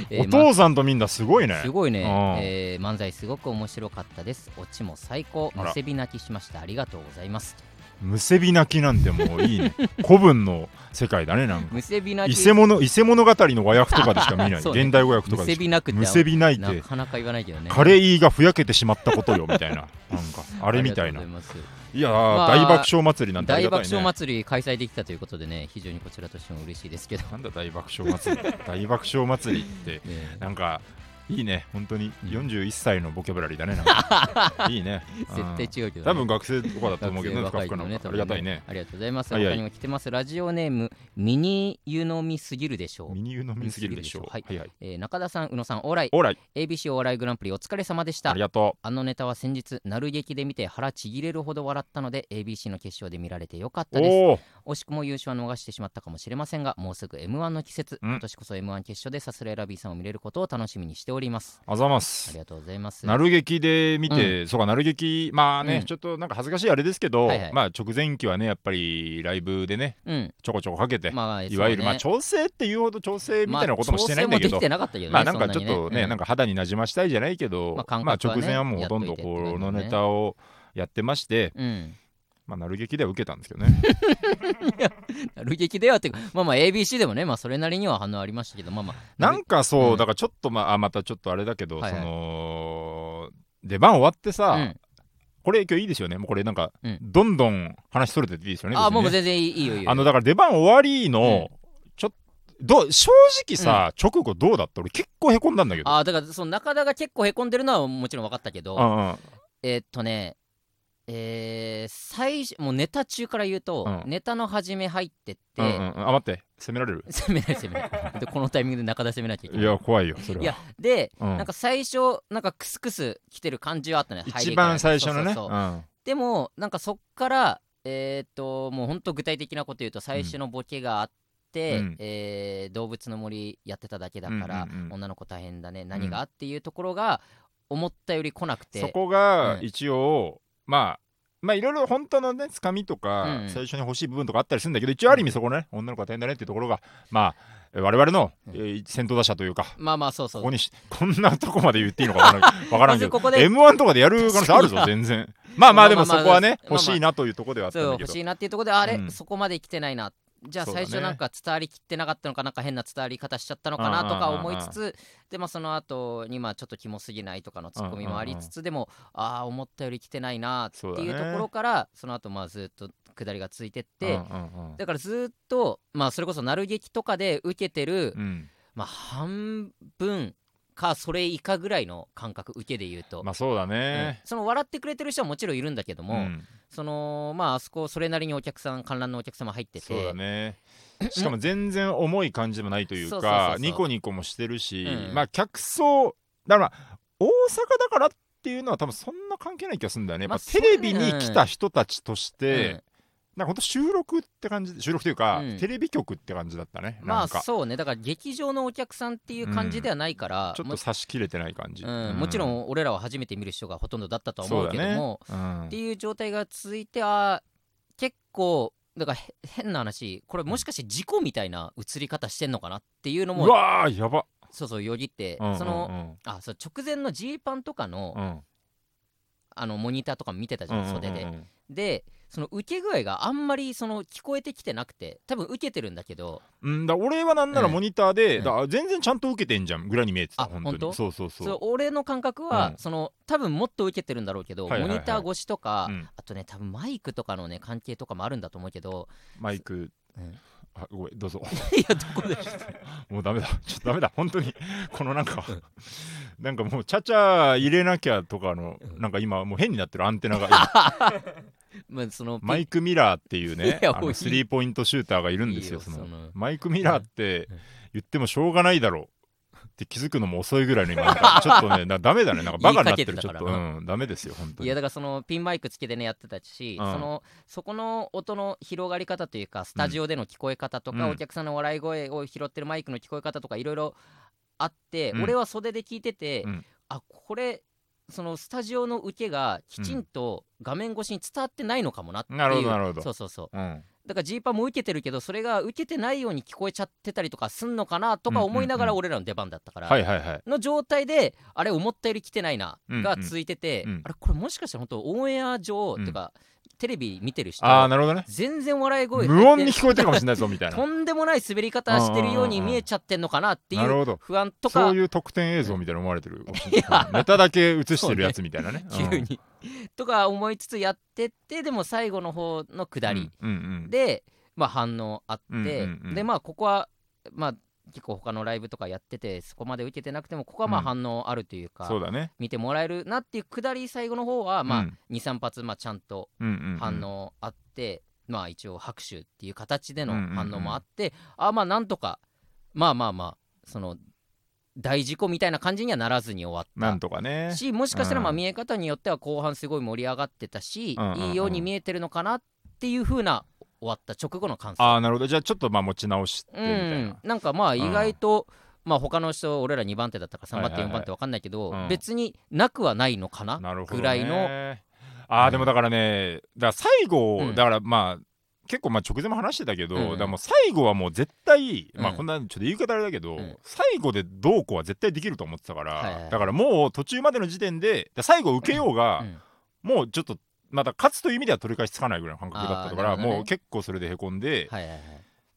Speaker 2: え
Speaker 1: ー
Speaker 2: お父さんとみんなすごいね
Speaker 1: すごいね、
Speaker 2: うん
Speaker 1: えー漫才すごく面白かったですオチも最高
Speaker 2: あら
Speaker 1: むせび泣きしましたありがとうございます
Speaker 2: むせび泣きなんてもういいね *laughs* 古文の世界だねなんか
Speaker 1: むせび泣
Speaker 2: 伊
Speaker 1: き
Speaker 2: 勢物伊勢物語の和訳とかでしか見ない、
Speaker 1: そうね
Speaker 2: 現代語訳と
Speaker 1: む
Speaker 2: か
Speaker 1: せ
Speaker 2: でしか
Speaker 1: び泣くって
Speaker 2: むせび泣い
Speaker 1: な
Speaker 2: て
Speaker 1: かなか言わないけどね
Speaker 2: カレーがふやけてしまったことよみたいななんかあ
Speaker 1: あ
Speaker 2: れみたいな
Speaker 1: り
Speaker 2: い
Speaker 1: がとうございます
Speaker 2: やー、
Speaker 1: まあ
Speaker 2: 大爆笑祭りなんてあり
Speaker 1: 大
Speaker 2: がたい
Speaker 1: 爆
Speaker 2: ね
Speaker 1: 笑祭り開催できたということでね非常にこちらとしても嬉しいですけど、
Speaker 2: なんだ大爆笑祭り大爆笑祭りって
Speaker 1: えー
Speaker 2: なんかいいね本当に
Speaker 1: うん
Speaker 2: 41歳のボキャブラリーだねなんか
Speaker 1: *laughs*
Speaker 2: いいねうん
Speaker 1: 絶対違うけどね、
Speaker 2: 多分学生とかだと思うけどね
Speaker 1: 学生
Speaker 2: 深
Speaker 1: 若い
Speaker 2: 々
Speaker 1: の
Speaker 2: の
Speaker 1: ね
Speaker 2: ありがたいね
Speaker 1: ありがとうございます。
Speaker 2: はいはい
Speaker 1: 他にも来てます。ラジオネーム、ミニ湯飲みすぎるでしょう
Speaker 2: ミ。ニ湯飲みすぎるでしょう
Speaker 1: はい
Speaker 2: はいはい
Speaker 1: えー中田さん、宇野さん、オーライ。
Speaker 2: オーライ
Speaker 1: ABC お笑いグランプリお疲れ様でし
Speaker 2: あ
Speaker 1: た
Speaker 2: り。がと
Speaker 1: あのネタは先日、なる劇で見て腹ちぎれるほど笑ったので、ABC の決勝で見られてよかっ
Speaker 2: う
Speaker 1: たです。
Speaker 2: おお
Speaker 1: 惜しくも優勝は逃してしまったかもしれませんが、もうすぐ M1 の季節、
Speaker 2: うん
Speaker 1: 今年こそ M1 決勝でさすらいラビーさんを見れることを楽しみにしております。
Speaker 2: あざま
Speaker 1: あ
Speaker 2: す
Speaker 1: りがとうございます。
Speaker 2: なる劇で見て、そうか、なる劇、まあね、
Speaker 1: うん
Speaker 2: ちょっとなんか恥ずかしいあれですけど、
Speaker 1: はいはい
Speaker 2: まあ直前期はね、やっぱりライブでね、
Speaker 1: うん。
Speaker 2: ちょこちょこかけて、
Speaker 1: まあ、
Speaker 2: いわゆる、まあ
Speaker 1: ょ
Speaker 2: 調整っていうほど調整みたいなこともしてないんだけ
Speaker 1: まあ調整もでき
Speaker 2: ど、
Speaker 1: てなかったけどね
Speaker 2: まあなんかちょっ
Speaker 1: そ
Speaker 2: とね、
Speaker 1: うん
Speaker 2: なんか肌になじましたいじゃないけ
Speaker 1: ま
Speaker 2: ど、
Speaker 1: あ
Speaker 2: まあ
Speaker 1: 感覚はね
Speaker 2: 直前はもうほとんどこのネタをやってまして、
Speaker 1: うん。
Speaker 2: まあなる劇では受けたんですけど
Speaker 1: *laughs*
Speaker 2: ね。
Speaker 1: 累劇ではっていうかまあまあ ABC でもねまあそれなりには反応ありましたけどまあまあ
Speaker 2: なんかそう、
Speaker 1: うん
Speaker 2: だからちょっとまあ、あまたちょっとあれだけど、
Speaker 1: はいはい
Speaker 2: その、出番終わってさ、
Speaker 1: うん
Speaker 2: これ今日いいですよね、もうこれなんか、
Speaker 1: うん
Speaker 2: どんどん話それてっていいですよね。
Speaker 1: あ
Speaker 2: 別にね
Speaker 1: もう全然いいいいよいいよ
Speaker 2: あのだから出番終わりの、ちょっどう正直さ、直後どうだった俺結構へこんだんだけど。
Speaker 1: あだからその中田が結構へこんでるのはもちろん分かったけ
Speaker 2: う
Speaker 1: ど
Speaker 2: んうん
Speaker 1: えーっとねえー最初もうネタ中から言うと
Speaker 2: うん
Speaker 1: ネタの始め入ってっ
Speaker 2: うんうん
Speaker 1: て
Speaker 2: あ待って攻められる
Speaker 1: *laughs* 攻めない攻めないでこのタイミングで中田攻めなきゃいけ
Speaker 2: い
Speaker 1: ない
Speaker 2: や怖いよそれは。
Speaker 1: いやで
Speaker 2: うん
Speaker 1: なんか最初なんかクスクス来てる感じはあったね入
Speaker 2: 一
Speaker 1: りから
Speaker 2: 番最初のね
Speaker 1: そうそうそう
Speaker 2: うん
Speaker 1: でもなんかそっからえっ、ともう本当具体的なこと言うと最初のボケがあって、
Speaker 2: うん
Speaker 1: えー動物の森やってただけだから、
Speaker 2: うんうんうん
Speaker 1: 女の子大変だね何が、っていうところが思ったより来なくて
Speaker 2: そこが
Speaker 1: うん
Speaker 2: 一応、まあまあいろいろ本当のねつかみとか、
Speaker 1: うんうん
Speaker 2: 最初に欲しい部分とかあったりするんだけど一応ある意味そこね、女の子は大変だねっていうところがまあ我々の、
Speaker 1: うん
Speaker 2: えー先頭打者というか。
Speaker 1: まあまあそうそ
Speaker 2: こ
Speaker 1: う
Speaker 2: こにし *laughs* こんなとこまで言っていいのかわからん
Speaker 1: *laughs*
Speaker 2: わからんけ
Speaker 1: まず
Speaker 2: ど
Speaker 1: ここで
Speaker 2: M1 とかでやる可能性あるぞ全然まあまあでも
Speaker 1: ま
Speaker 2: そ
Speaker 1: あまあまあ
Speaker 2: こはね
Speaker 1: まあまあ
Speaker 2: 欲しいなというとこではあった
Speaker 1: そ
Speaker 2: ん
Speaker 1: う
Speaker 2: だけ
Speaker 1: 欲
Speaker 2: ど
Speaker 1: しいなっていうところであれ、
Speaker 2: うん
Speaker 1: そこまで来てないなじゃあ
Speaker 2: そうだ
Speaker 1: 最
Speaker 2: ね
Speaker 1: 初なんか伝わりきってなかったのかなんか変な伝わり方しちゃったのかなとか
Speaker 2: うんうんうんう
Speaker 1: 思
Speaker 2: ん
Speaker 1: いつつでまあその後にまあちょっとキモすぎないとかのツッコミもありつつでもああ思ったより来てないなって
Speaker 2: そう
Speaker 1: いう
Speaker 2: だね
Speaker 1: ところからその後まあずっと下りがついてって
Speaker 2: うんうん
Speaker 1: だからずっとまあそれこそ鳴る劇とかで受けてる
Speaker 2: うんうん
Speaker 1: まあ半分かそれ以下ぐらいの感覚受けで言うと、
Speaker 2: まあそうだ
Speaker 1: うん
Speaker 2: ね、
Speaker 1: その笑ってくれてる人はもちろんいるんだけど
Speaker 2: う
Speaker 1: も、
Speaker 2: ん
Speaker 1: そのまああそこそれなりにお客さん観覧のお客様入ってて
Speaker 2: そうだねしかも全然重い感じでもないという
Speaker 1: そうそうそう
Speaker 2: か
Speaker 1: そう
Speaker 2: ニコニコもしてるし、
Speaker 1: うん
Speaker 2: まあ客層だからまあ大阪だからっていうのは多分そんな関係ない気がするんだよね、
Speaker 1: まあ
Speaker 2: やっぱテレビに来た人たちとし
Speaker 1: う
Speaker 2: て、
Speaker 1: ん
Speaker 2: なんかほんと収録って感じ収録というか、
Speaker 1: うん
Speaker 2: テレビ局って感じだったね
Speaker 1: ま
Speaker 2: な
Speaker 1: あ
Speaker 2: んか
Speaker 1: そうねだから劇場のお客さんっていう感じではないから、
Speaker 2: ちょっ
Speaker 1: も
Speaker 2: と差し切れてない感じ、
Speaker 1: うんもちろん俺らは初めて見る人がほとんどだったとは
Speaker 2: そ
Speaker 1: 思う
Speaker 2: うだ
Speaker 1: けども、
Speaker 2: ねうん
Speaker 1: っていう状態が続いてあー結構だからへ変な話これもしかして事故みたいな映り方してんのかなっていうの
Speaker 2: う
Speaker 1: も
Speaker 2: わーやば、
Speaker 1: そうそうよぎって、
Speaker 2: うんうんうん
Speaker 1: そのあそう直前のジーパンとかの,、
Speaker 2: うん
Speaker 1: あのモニターとか見てたじ
Speaker 2: うん
Speaker 1: ゃ
Speaker 2: うん
Speaker 1: ん、
Speaker 2: うん
Speaker 1: 袖で、でその受け具合があんまりその聞こえてきてなくて多分受けてるんだけど
Speaker 2: うんだから俺はなんなら
Speaker 1: うん
Speaker 2: モニターで、
Speaker 1: うん
Speaker 2: だから全然ちゃんと受けてんじゃんぐらいに見えてた
Speaker 1: あ
Speaker 2: 本
Speaker 1: 本
Speaker 2: 当
Speaker 1: 当
Speaker 2: にそうそう
Speaker 1: そ
Speaker 2: そう
Speaker 1: う俺の感覚は、
Speaker 2: うん
Speaker 1: その多分もっと受けてるんだろうけど、
Speaker 2: はいはいはい
Speaker 1: モニター越しとか、
Speaker 2: うん
Speaker 1: あとね多分マイクとかのね関係とかもあるんだと思うけど
Speaker 2: マイク、
Speaker 1: うん
Speaker 2: あごめんどうぞ *laughs*
Speaker 1: *laughs* いやどこで
Speaker 2: もうダメだ *laughs* ちょっとダメだ本当に *laughs* このなんか *laughs* なんかもうちゃちゃ入れなきゃとかのなんか今もう変になってるアン
Speaker 1: *laughs*
Speaker 2: テナが今
Speaker 1: まあその
Speaker 2: マイク・ミラーっていうね
Speaker 1: いやも
Speaker 2: あ
Speaker 1: うい
Speaker 2: の
Speaker 1: い
Speaker 2: スリーポイントシューターがいるんですよ
Speaker 1: いいよ
Speaker 2: その
Speaker 1: その
Speaker 2: マイク・ミラーって
Speaker 1: うん
Speaker 2: 言ってもしょうがないだろうって気づくのも遅いぐらいの今なん
Speaker 1: *laughs*
Speaker 2: かちょっとねなダメだねなんかバカになっ
Speaker 1: 言
Speaker 2: てる
Speaker 1: いか
Speaker 2: ち
Speaker 1: け
Speaker 2: ょ
Speaker 1: て
Speaker 2: ったと、
Speaker 1: から
Speaker 2: うん、ダメですよ本当
Speaker 1: い
Speaker 2: に
Speaker 1: やだからそのピンマイクつけてねやってたし、
Speaker 2: うん
Speaker 1: そのそこの音の広がり方というかスタジオでの聞こえ方とか、
Speaker 2: うん
Speaker 1: お客さんの笑い声を拾ってるマイクの聞こえ方とかいろいろあって、
Speaker 2: うん
Speaker 1: 俺は袖で聞いてて、
Speaker 2: うん
Speaker 1: あこれそのスタジオの受けがきちんと画面越しに伝わってないのかもなっていう、
Speaker 2: なるほどなるほど
Speaker 1: そうそうそう
Speaker 2: うん
Speaker 1: だからジーパンも受けてるけどそれが受けてないように聞こえちゃってたりとかすんのかなとか思いながら
Speaker 2: うん
Speaker 1: 俺らの出番だったから、
Speaker 2: はいはいはい
Speaker 1: の状態であれ思ったより来てないな
Speaker 2: うん
Speaker 1: が続いてて、
Speaker 2: うん
Speaker 1: あれこれもしかしたら本当オンエア上、
Speaker 2: うん
Speaker 1: てかテレビ見てる人
Speaker 2: ああなるほどね
Speaker 1: 全然笑い声
Speaker 2: 無音に聞こえてるかもしれないぞみたいな
Speaker 1: とんでもない滑り方してるように見えちゃってんのかなってい
Speaker 2: なる
Speaker 1: う
Speaker 2: ほど
Speaker 1: 不安と
Speaker 2: そ
Speaker 1: か
Speaker 2: ういう特典映像みたいな思われてるかもしれない
Speaker 1: *laughs* いや
Speaker 2: ネタだけ映してるやつみたいなねうん
Speaker 1: 急にとか思いつつやってってでも最後の方の下り、
Speaker 2: うんうんうん
Speaker 1: で、まあ、反応あって、
Speaker 2: うんうんうん
Speaker 1: でまあここはまあ結構他のライブとかやっててそこまで受けてなくてもここはまあ
Speaker 2: うん
Speaker 1: 反応あるというか、
Speaker 2: そうだね
Speaker 1: 見てもらえるなっていう下り最後の方はまあ
Speaker 2: うん
Speaker 1: 23発まあちゃんと
Speaker 2: うんうんうん
Speaker 1: 反応あって、まあ一応拍手っていう形での
Speaker 2: うんうんうん
Speaker 1: 反応もあって、あまあなんとかまあまあまあその大事故みたいな感じにはならずに終わった。
Speaker 2: なんとかね
Speaker 1: しもしかしたらまあ
Speaker 2: うん
Speaker 1: 見え方によっては後半すごい盛り上がってたし、
Speaker 2: うんうんうん
Speaker 1: いいように見えてるのかなっていう風な終わった直後の感想
Speaker 2: ああなるほどじゃあちょっとまあ持ち直してみ
Speaker 1: う
Speaker 2: たい
Speaker 1: ん
Speaker 2: な、
Speaker 1: なんかまあ
Speaker 2: ん
Speaker 1: 意外と、まあ他の人俺ら2番手だったから3番手
Speaker 2: はいはい
Speaker 1: 4
Speaker 2: はい
Speaker 1: 番手分かんないけど、
Speaker 2: うん
Speaker 1: 別になくはないのかな
Speaker 2: なるほどね
Speaker 1: ぐらいの
Speaker 2: あ
Speaker 1: う
Speaker 2: あ
Speaker 1: ん
Speaker 2: でもだからねだから最後、
Speaker 1: うん
Speaker 2: だからまあ結構まあ直前も話してたけど、
Speaker 1: うんうん
Speaker 2: だからもう最後はもう絶対、まあ
Speaker 1: うん
Speaker 2: こんなちょっと言い方あれだけど、
Speaker 1: うん
Speaker 2: 最後でどうこうは絶対できると思ってたから、
Speaker 1: はいはい
Speaker 2: だからもう途中までの時点でだから最後受けようが、
Speaker 1: うん
Speaker 2: もうちょっとまた勝つという意味では取り返しつかないぐらいの感覚だったから、
Speaker 1: あーなるほどね
Speaker 2: もう結構それでへこんで、
Speaker 1: はいはいは
Speaker 2: だ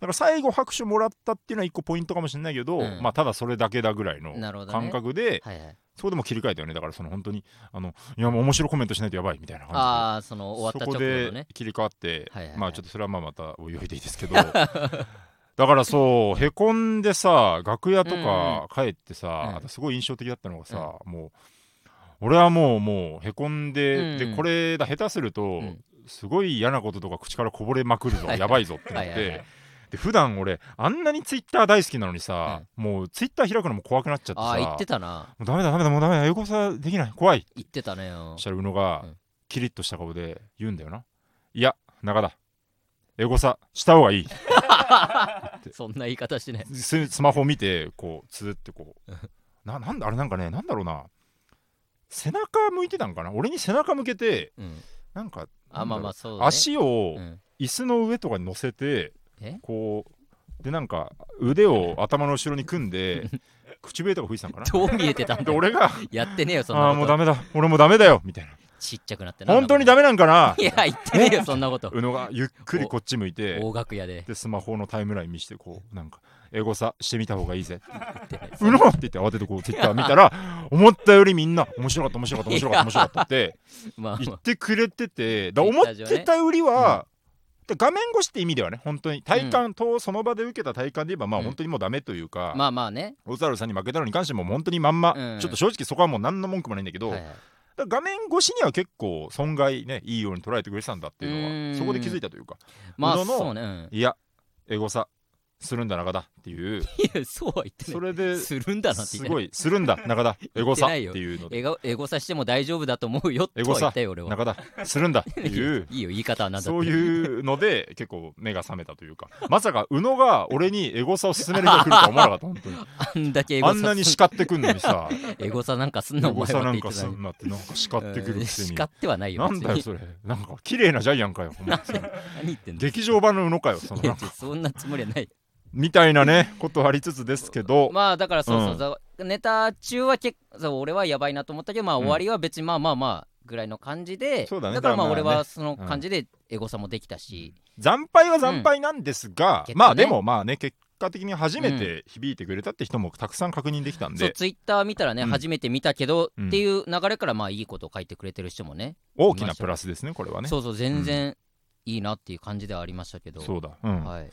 Speaker 2: から最後拍手もらったっていうのは一個ポイントかもしれないけど、
Speaker 1: うん
Speaker 2: まあただそれだけだぐらいの
Speaker 1: なるほどね
Speaker 2: 感覚で、
Speaker 1: いはいはい
Speaker 2: そこでもう切り替えたよねだからその本当にあのいやもう面白いコメントしないとやばいみたいな感じで
Speaker 1: ああその終わった
Speaker 2: そこ
Speaker 1: 直後のね
Speaker 2: で切り替わって、
Speaker 1: はいはいはい
Speaker 2: まあちょっとそれはまあまたおいおいでいいですけど *laughs* だからそうへこんでさ楽屋とか帰ってさ、
Speaker 1: うん
Speaker 2: あとすごい印象的だったのがさ、もう俺はもうもうへこんで、
Speaker 1: うん
Speaker 2: でこれだ下手すると、
Speaker 1: うん
Speaker 2: すごい嫌なこととか口からこぼれまくるぞ
Speaker 1: はい
Speaker 2: やばいぞってなっ
Speaker 1: はいはいは
Speaker 2: て
Speaker 1: い。
Speaker 2: で普段俺あんなにツイッター大好きなのにさ、もうツイッター開くのも怖くなっちゃって
Speaker 1: あ
Speaker 2: さ
Speaker 1: あ言ってたな
Speaker 2: もうダメだダメだもうダメだ横さできない怖い
Speaker 1: 言ってたねよ
Speaker 2: そしたら宇野が
Speaker 1: うん
Speaker 2: キリッとした顔で言うんだよな。いや、中田、エゴサした方がいい。
Speaker 1: そんな言い方してね
Speaker 2: ススマホ見て、こう、つーってこう。ななんだ、あれなんかね、なんだろうな。背中向いてたんかな俺に背中向けて、
Speaker 1: うん
Speaker 2: なんか、
Speaker 1: あまあまあそうだね
Speaker 2: 足を
Speaker 1: うん
Speaker 2: 椅子の上とかに乗せて、
Speaker 1: え
Speaker 2: こう、で、なんか、腕を頭の後ろに組んで、
Speaker 1: *laughs*
Speaker 2: 口笛とか吹いてたんかな
Speaker 1: どう見えてたん
Speaker 2: で、
Speaker 1: だよ
Speaker 2: 俺が、
Speaker 1: やってねえよそん
Speaker 2: あ
Speaker 1: な
Speaker 2: あ、も
Speaker 1: こ
Speaker 2: う
Speaker 1: と
Speaker 2: ダメだ、俺もうダメだよ、みたいな。
Speaker 1: ちっちゃくなってな
Speaker 2: 本当にダ
Speaker 1: メ
Speaker 2: メなん
Speaker 1: *laughs*
Speaker 2: かない
Speaker 1: や言ってねえよそんなこと
Speaker 2: 宇野がゆっくりこっち向いて
Speaker 1: 大楽屋で
Speaker 2: でスマホのタイムライン見してこうなんかエゴサしてみた方がい
Speaker 1: *laughs*
Speaker 2: いぜ
Speaker 1: 言ってない
Speaker 2: 宇野って言って慌てて *laughs* こうツイッター見たら思ったよりみんな面白かった面白かった面白かった面白かったって
Speaker 1: まあ
Speaker 2: 言
Speaker 1: ま
Speaker 2: ってくれててだ思
Speaker 1: Twitter 上ね
Speaker 2: ってたよりはで画面越しって意味ではね本当に体感とその場で受けた体感で言えば、まあ
Speaker 1: うん
Speaker 2: 本当にもうダメというか、
Speaker 1: まあまあね、
Speaker 2: オズワルドさんに負けたのに関してももう本当にまんま、
Speaker 1: うん
Speaker 2: ちょっと正直そこはもう何の文句もないんだけど、
Speaker 1: はいはい
Speaker 2: だから画面越しには結構損害ねいいように捉えてくれてたんだっていうの
Speaker 1: う
Speaker 2: は
Speaker 1: ん
Speaker 2: そこで気づいたというか
Speaker 1: まあ
Speaker 2: 宇野の
Speaker 1: そうね、うん、
Speaker 2: いやエゴサするんだ中田っていう
Speaker 1: いやそうは言って
Speaker 2: そ
Speaker 1: ない
Speaker 2: れです
Speaker 1: するんだなって言って
Speaker 2: ご
Speaker 1: い
Speaker 2: いするんだ中田エゴサって
Speaker 1: 言って
Speaker 2: いうので
Speaker 1: エゴエゴさしても大丈夫だと思うよとは言ったよ俺は
Speaker 2: 中田するんだっていう
Speaker 1: いいよ言い方は何だって
Speaker 2: そういうので結構目が覚めたというかまさか宇野が俺にエゴサを勧める日が来るとは思わなかった本当に
Speaker 1: あんだけ *laughs* エゴ
Speaker 2: あ
Speaker 1: サ
Speaker 2: んなに
Speaker 1: す
Speaker 2: 叱ってくんの
Speaker 1: *laughs*
Speaker 2: にさ
Speaker 1: エゴサなんかすん
Speaker 2: エ
Speaker 1: なお
Speaker 2: ゴ
Speaker 1: 前
Speaker 2: サ
Speaker 1: はっ
Speaker 2: な
Speaker 1: て言
Speaker 2: んか
Speaker 1: って
Speaker 2: す
Speaker 1: たの
Speaker 2: んなってなんか叱ってくる
Speaker 1: うん
Speaker 2: くせに
Speaker 1: 叱ってはないよ
Speaker 2: なんだよ
Speaker 1: 別に
Speaker 2: それなんか綺麗なジャイアンかよお前そ
Speaker 1: *laughs*
Speaker 2: の
Speaker 1: 何言ってんの
Speaker 2: 劇場版の宇野かよその
Speaker 1: い
Speaker 2: な
Speaker 1: や
Speaker 2: んか
Speaker 1: *laughs* そんなつもりはない
Speaker 2: みたいなねことありつつですけど、
Speaker 1: まあだからそうそう
Speaker 2: うん
Speaker 1: そう、ネタ中は結構そう俺はやばいなと思ったけどまあ終わりは別にまあまあまあぐらいの感じで、
Speaker 2: そうだね
Speaker 1: からまあ
Speaker 2: だか
Speaker 1: 俺
Speaker 2: らまあね
Speaker 1: はその感じでエゴサもできたし、
Speaker 2: 惨敗は惨敗なんですが、
Speaker 1: うん
Speaker 2: ま
Speaker 1: 結果ね
Speaker 2: あでもまあね結果的に初めて響いてくれたって人もたくさん確認できたん
Speaker 1: そう
Speaker 2: で、
Speaker 1: ツイッター見たらね、
Speaker 2: うん
Speaker 1: 初めて見たけど、
Speaker 2: うん
Speaker 1: っていう流れからまあいいことを書いてくれてる人もね
Speaker 2: 大きなプラスですねこれはねそ
Speaker 1: そうそう全然いいなっていう感じではありましたけど、
Speaker 2: うだうんは
Speaker 1: はい、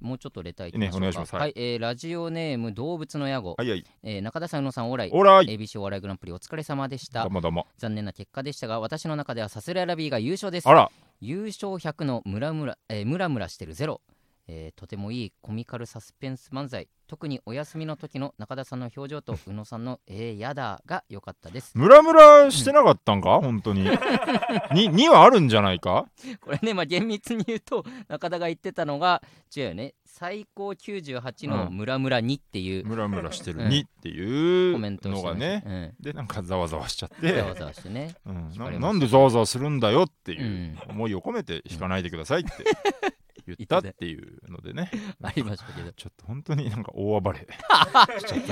Speaker 1: もうちょっとレターいきましょうか、
Speaker 2: ねお願いしますはい
Speaker 1: はいえーラジオネーム動物の野号、
Speaker 2: いはい
Speaker 1: えー中田さん宇野さんオーライ
Speaker 2: オーライ
Speaker 1: ABC お笑いグランプリお疲れ様でした
Speaker 2: どうもどうも
Speaker 1: 残念な結果でしたが私の中ではサスレアラビーが優勝です
Speaker 2: あら
Speaker 1: 優勝100のムラムラ、えームラムラしてるゼロ、えーとてもいいコミカルサスペンス漫才特にお休みの時の中田さんの表情
Speaker 2: *laughs*
Speaker 1: と宇野さんの「えー、やだ」が良かったです *laughs*
Speaker 2: ムラムラしてなかったんか、本当にににはあるんじゃないか
Speaker 1: これねまあ厳密に言うと中田が言ってたのが違うよね最高98のムラムラ2っていう
Speaker 2: ムラムラして
Speaker 1: う
Speaker 2: る
Speaker 1: ん
Speaker 2: にっ
Speaker 1: コ
Speaker 2: ていう
Speaker 1: メントを
Speaker 2: の
Speaker 1: して
Speaker 2: が
Speaker 1: ました
Speaker 2: ね、
Speaker 1: ね
Speaker 2: でなんかざわざわしちゃっ
Speaker 1: うん、ざ
Speaker 2: て
Speaker 1: わざわしてね
Speaker 2: うん、
Speaker 1: か
Speaker 2: な
Speaker 1: れました
Speaker 2: なんでざわざわするんだよっていう
Speaker 1: うん
Speaker 2: 思いを込めて引かないでくださいって言ったっていうのでね
Speaker 1: ありましたけど
Speaker 2: ちょっと本当になんか大暴れ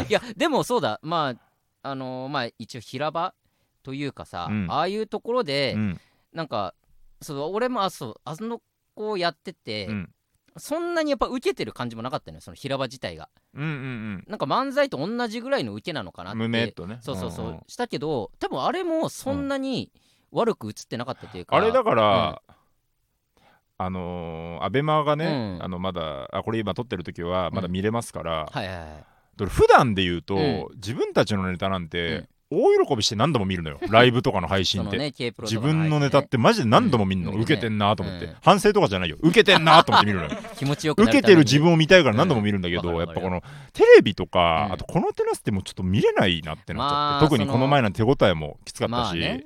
Speaker 1: いやでもそうだまああのーまあ一応平場というかさ、
Speaker 2: うん
Speaker 1: ああいうところで、
Speaker 2: うん
Speaker 1: なんかそう俺もあそうあの子をやってて、
Speaker 2: うん
Speaker 1: そんなにやっぱ受けてる感じもなかったのよその平場自体が
Speaker 2: うんうん
Speaker 1: なんか漫才と同じぐらいの受けなのかな
Speaker 2: う
Speaker 1: っ
Speaker 2: ん
Speaker 1: て
Speaker 2: 無名とね
Speaker 1: そうそうそう、
Speaker 2: んん
Speaker 1: したけど多分あれもそんなに悪く映ってなかったというか、
Speaker 2: あれだから、あのーアベマがね、
Speaker 1: うん
Speaker 2: あのまだあこれ今撮ってる時はまだ見れますから、
Speaker 1: はいはいはい
Speaker 2: だから普段で言うと、
Speaker 1: うん
Speaker 2: 自分たちのネタなんて、大喜びして何度も見るのよライブとかの配信
Speaker 1: そ
Speaker 2: っ
Speaker 1: の
Speaker 2: て、
Speaker 1: ね K プロ
Speaker 2: 自分のネタってマジで何度も見るの、
Speaker 1: うん
Speaker 2: 受けてんなと思って、
Speaker 1: うん
Speaker 2: 反省とかじゃないよ受けてんなと思って見るのよ
Speaker 1: 気持ちよくな
Speaker 2: 受
Speaker 1: るため
Speaker 2: け
Speaker 1: に
Speaker 2: てる自分を見たいから何度も見るんだけど、
Speaker 1: うん
Speaker 2: や
Speaker 1: わか
Speaker 2: っぱ
Speaker 1: る
Speaker 2: こ
Speaker 1: わ
Speaker 2: のテレビとか、
Speaker 1: うん
Speaker 2: あとこの手なすってもうちょっと見れないなってなっち
Speaker 1: まあ
Speaker 2: ゃって、特にこの前なんて手応えもきつかったし、
Speaker 1: まあね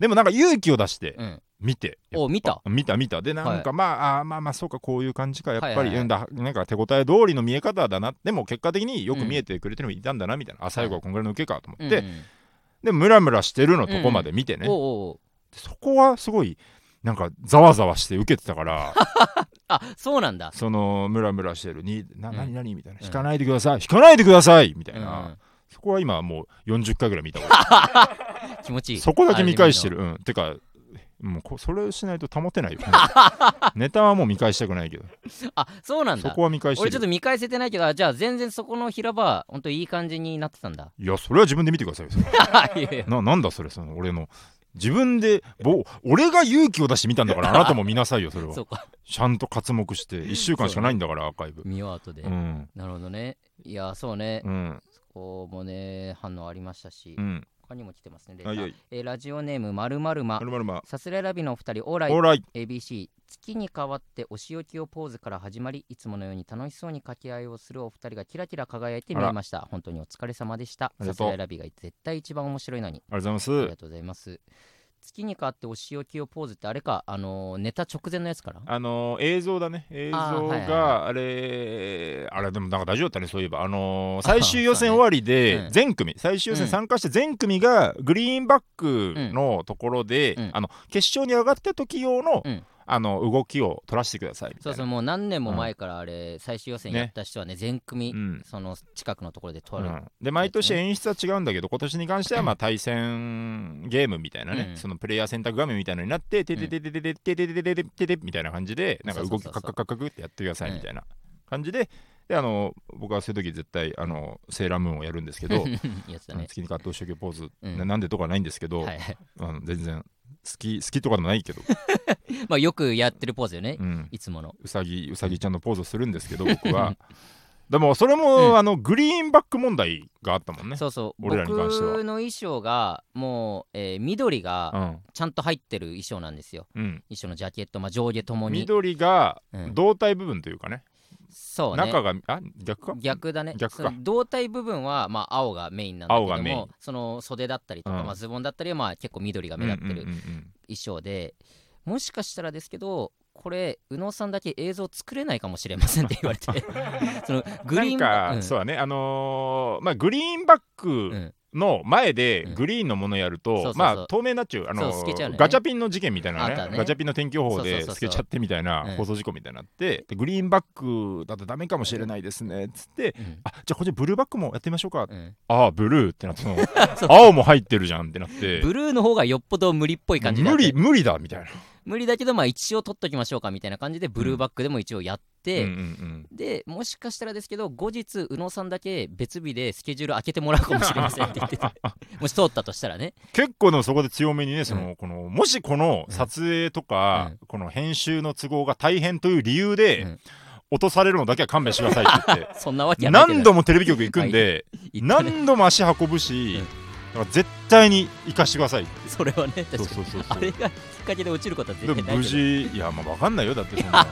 Speaker 2: でもなんか勇気を出して
Speaker 1: うん
Speaker 2: 見て、
Speaker 1: お見た
Speaker 2: 見た見たでなんか、まああーまあまあそうかこういう感じかやっぱり、
Speaker 1: はいはいはい
Speaker 2: うんだなんか手応え通りの見え方だなでも結果的によく見えてくれてるのもいたんだなみたいな、あ最後はこんぐらいの受けかと思って、
Speaker 1: うんうん
Speaker 2: でムラムラしてるのとこまで見てね、
Speaker 1: おうおうおう
Speaker 2: そこはすごいなんかざわざわして受けてたから
Speaker 1: *laughs* あそうなんだ
Speaker 2: そのムラムラしてるにな
Speaker 1: うん
Speaker 2: 何何みたいな、
Speaker 1: うん
Speaker 2: 引かないでください引かないでくださいみたいな、
Speaker 1: うん
Speaker 2: そこは今もう40回ぐらい見た俺
Speaker 1: 気持ちいい
Speaker 2: そこだけ見返して
Speaker 1: る
Speaker 2: る。うん。てか、もうこそれをしないと保てないよ。
Speaker 1: *laughs*
Speaker 2: ネタはもう見返したくないけど、
Speaker 1: あそうなん
Speaker 2: そ
Speaker 1: だ
Speaker 2: こは見返して
Speaker 1: 俺ちょっ
Speaker 2: る
Speaker 1: と。見返せてないけどあじゃあ全然そこの平場は本当いい感じになってたん
Speaker 2: *laughs*
Speaker 1: だ
Speaker 2: いや、それは自分で見てくださいよ。それ
Speaker 1: いやいや
Speaker 2: ななんだそれ、その俺の。自分でぼ、俺が勇気を出して見たんだから、あなたも見なさいよ、それ
Speaker 1: *laughs*
Speaker 2: は
Speaker 1: そ。うか
Speaker 2: ちゃんと刮目して、1週間しかないんだから、アーカイブ。
Speaker 1: 見よう後で、
Speaker 2: うん。
Speaker 1: なるほどねいやそうね、
Speaker 2: うん。
Speaker 1: そこもね反応ありましたし、
Speaker 2: うん。
Speaker 1: 他にも来てますねレタ
Speaker 2: はい
Speaker 1: ー
Speaker 2: はい。
Speaker 1: えーラジオネームまるまるま
Speaker 2: まるまるま。
Speaker 1: さすらいラビのお二人オーライ
Speaker 2: オーライ。
Speaker 1: ABC 月に変わってお仕置きをポーズから始まりいつものように楽しそうに掛け合いをするお二人がキラキラ輝いて見えました本当にお疲れ様でした
Speaker 2: り
Speaker 1: さ
Speaker 2: がとう
Speaker 1: すらいラビが絶対一番面白いのに
Speaker 2: ありがとうござ
Speaker 1: あり
Speaker 2: います
Speaker 1: が。とうございます。月に変わってお仕置きをポーズってあれか、あのーネタ直前のやつから
Speaker 2: あのー映像だね映像
Speaker 1: はいはい
Speaker 2: があれあれでもなんか大丈夫だったねそういえばあのー最終予選終わり
Speaker 1: そうね
Speaker 2: で
Speaker 1: うん
Speaker 2: 全組最終予
Speaker 1: う
Speaker 2: 選
Speaker 1: ん
Speaker 2: 参加して全組がグリーンバックのところで
Speaker 1: うん
Speaker 2: あの決勝に上がった時用の
Speaker 1: うん
Speaker 2: あの動きを取らせてくださいみ
Speaker 1: そ
Speaker 2: た
Speaker 1: う
Speaker 2: い
Speaker 1: そう、
Speaker 2: な
Speaker 1: もう何年も前からあれ、最終予選やった人はね、全組、
Speaker 2: うん
Speaker 1: その近くのところで
Speaker 2: う
Speaker 1: 取る。 *laughs*
Speaker 2: んで毎年演出は違うんだけど今年に関してはまあ対戦ゲームみたいな
Speaker 1: うん
Speaker 2: ねそのプレイヤー選択画面みたいなのになっててててててててててててててみたいな感じでなんか動き
Speaker 1: そうそうそうそう
Speaker 2: カクカクカクってやってくださいみたいな感じでであの僕はそういう時絶対あのセーラームーンをやるんですけど
Speaker 1: やつだ
Speaker 2: あの
Speaker 1: ね。
Speaker 2: 月に葛藤してポーズ
Speaker 1: うん
Speaker 2: ななんでとかないんですけど
Speaker 1: はいはい。 *laughs*
Speaker 2: あの全然好き好きとかでもないけど、
Speaker 1: まあよくやってるポーズよね、
Speaker 2: うん、
Speaker 1: いつもの
Speaker 2: うさぎうさぎちゃんのポーズをするんですけど僕はでもそれ
Speaker 1: う
Speaker 2: も、
Speaker 1: ん
Speaker 2: あのグリーンバック問題があったもんね
Speaker 1: そうそう
Speaker 2: 俺らに関しては
Speaker 1: 僕の衣装がもう、えー緑
Speaker 2: う
Speaker 1: が
Speaker 2: ん
Speaker 1: ちゃんと入ってる衣装なんですよ
Speaker 2: うん、
Speaker 1: 衣装のジャケット、まあ、上下ともに
Speaker 2: 緑が
Speaker 1: うん
Speaker 2: 胴体部分というかね、
Speaker 1: そうね
Speaker 2: 中があ逆か
Speaker 1: 逆だね
Speaker 2: 逆か
Speaker 1: その胴体部分は、まあ、青がメインなんだけ
Speaker 2: 青
Speaker 1: ど
Speaker 2: がメイン
Speaker 1: もその袖だったりとか、
Speaker 2: うん
Speaker 1: まあ、ズボンだったりは、まあ、結構緑が目立って
Speaker 2: うん
Speaker 1: る
Speaker 2: うんうん
Speaker 1: 衣装で、もしかしたらですけどこれ宇野さんだけ映像作れないかもしれませんって言われて
Speaker 2: *laughs*
Speaker 1: その
Speaker 2: うん
Speaker 1: グリーン
Speaker 2: なんか、
Speaker 1: うん
Speaker 2: そうだねあのーまあグリーンバッ
Speaker 1: う
Speaker 2: ク
Speaker 1: ん
Speaker 2: の前で
Speaker 1: うん
Speaker 2: グリーンのものやると、
Speaker 1: そうそうそう
Speaker 2: まあ透明になっちゃうあの
Speaker 1: そう透
Speaker 2: ー
Speaker 1: けちゃうのね
Speaker 2: ガチャピンの事件みたいな
Speaker 1: あっ
Speaker 2: ね
Speaker 1: たね
Speaker 2: ガチャピンの天気予報
Speaker 1: そうそうそ
Speaker 2: で
Speaker 1: うそう
Speaker 2: 透けちゃってみたいな
Speaker 1: うん
Speaker 2: 放送事故みたいになって、でグリーンバックだとダメかもしれないですねっつって
Speaker 1: うん
Speaker 2: あじゃあこっちブルーバックもやってみましょうか、
Speaker 1: うん
Speaker 2: ああブルーって
Speaker 1: *laughs*
Speaker 2: なってその青も入ってるじゃんってなって
Speaker 1: ブルーの方がよっぽど無理っぽい感じで
Speaker 2: 無理無理だみたいな、
Speaker 1: 無理だけど、まあ、一応取っときましょうかみたいな感じでブルーバックでも一応やっ
Speaker 2: うん
Speaker 1: て、
Speaker 2: うん
Speaker 1: でもしかしたらですけど後日宇野さんだけ別日でスケジュール開けてもらうかもしれませんって言っ
Speaker 2: *laughs*
Speaker 1: てたもし通ったとしたらね
Speaker 2: うん、結構でもそこで強めにねその、このもしこの撮影とか、この編集の都合が大変という理由で、
Speaker 1: うん
Speaker 2: 落とされるのだけは勘弁してくださいって言って
Speaker 1: そんなわけ *laughs* はないけど
Speaker 2: 何度もテレビ局行くんで、
Speaker 1: 言ったね
Speaker 2: 何度も足運ぶし、
Speaker 1: うん
Speaker 2: だから絶対に行かしてくださいって
Speaker 1: それはね確か
Speaker 2: そう
Speaker 1: に
Speaker 2: そうそうそ
Speaker 1: あ
Speaker 2: う
Speaker 1: れがきっかけで落ちることは
Speaker 2: で
Speaker 1: 絶対
Speaker 2: も
Speaker 1: ない
Speaker 2: 無
Speaker 1: けど
Speaker 2: 事いやまあ分かんないよだってそんな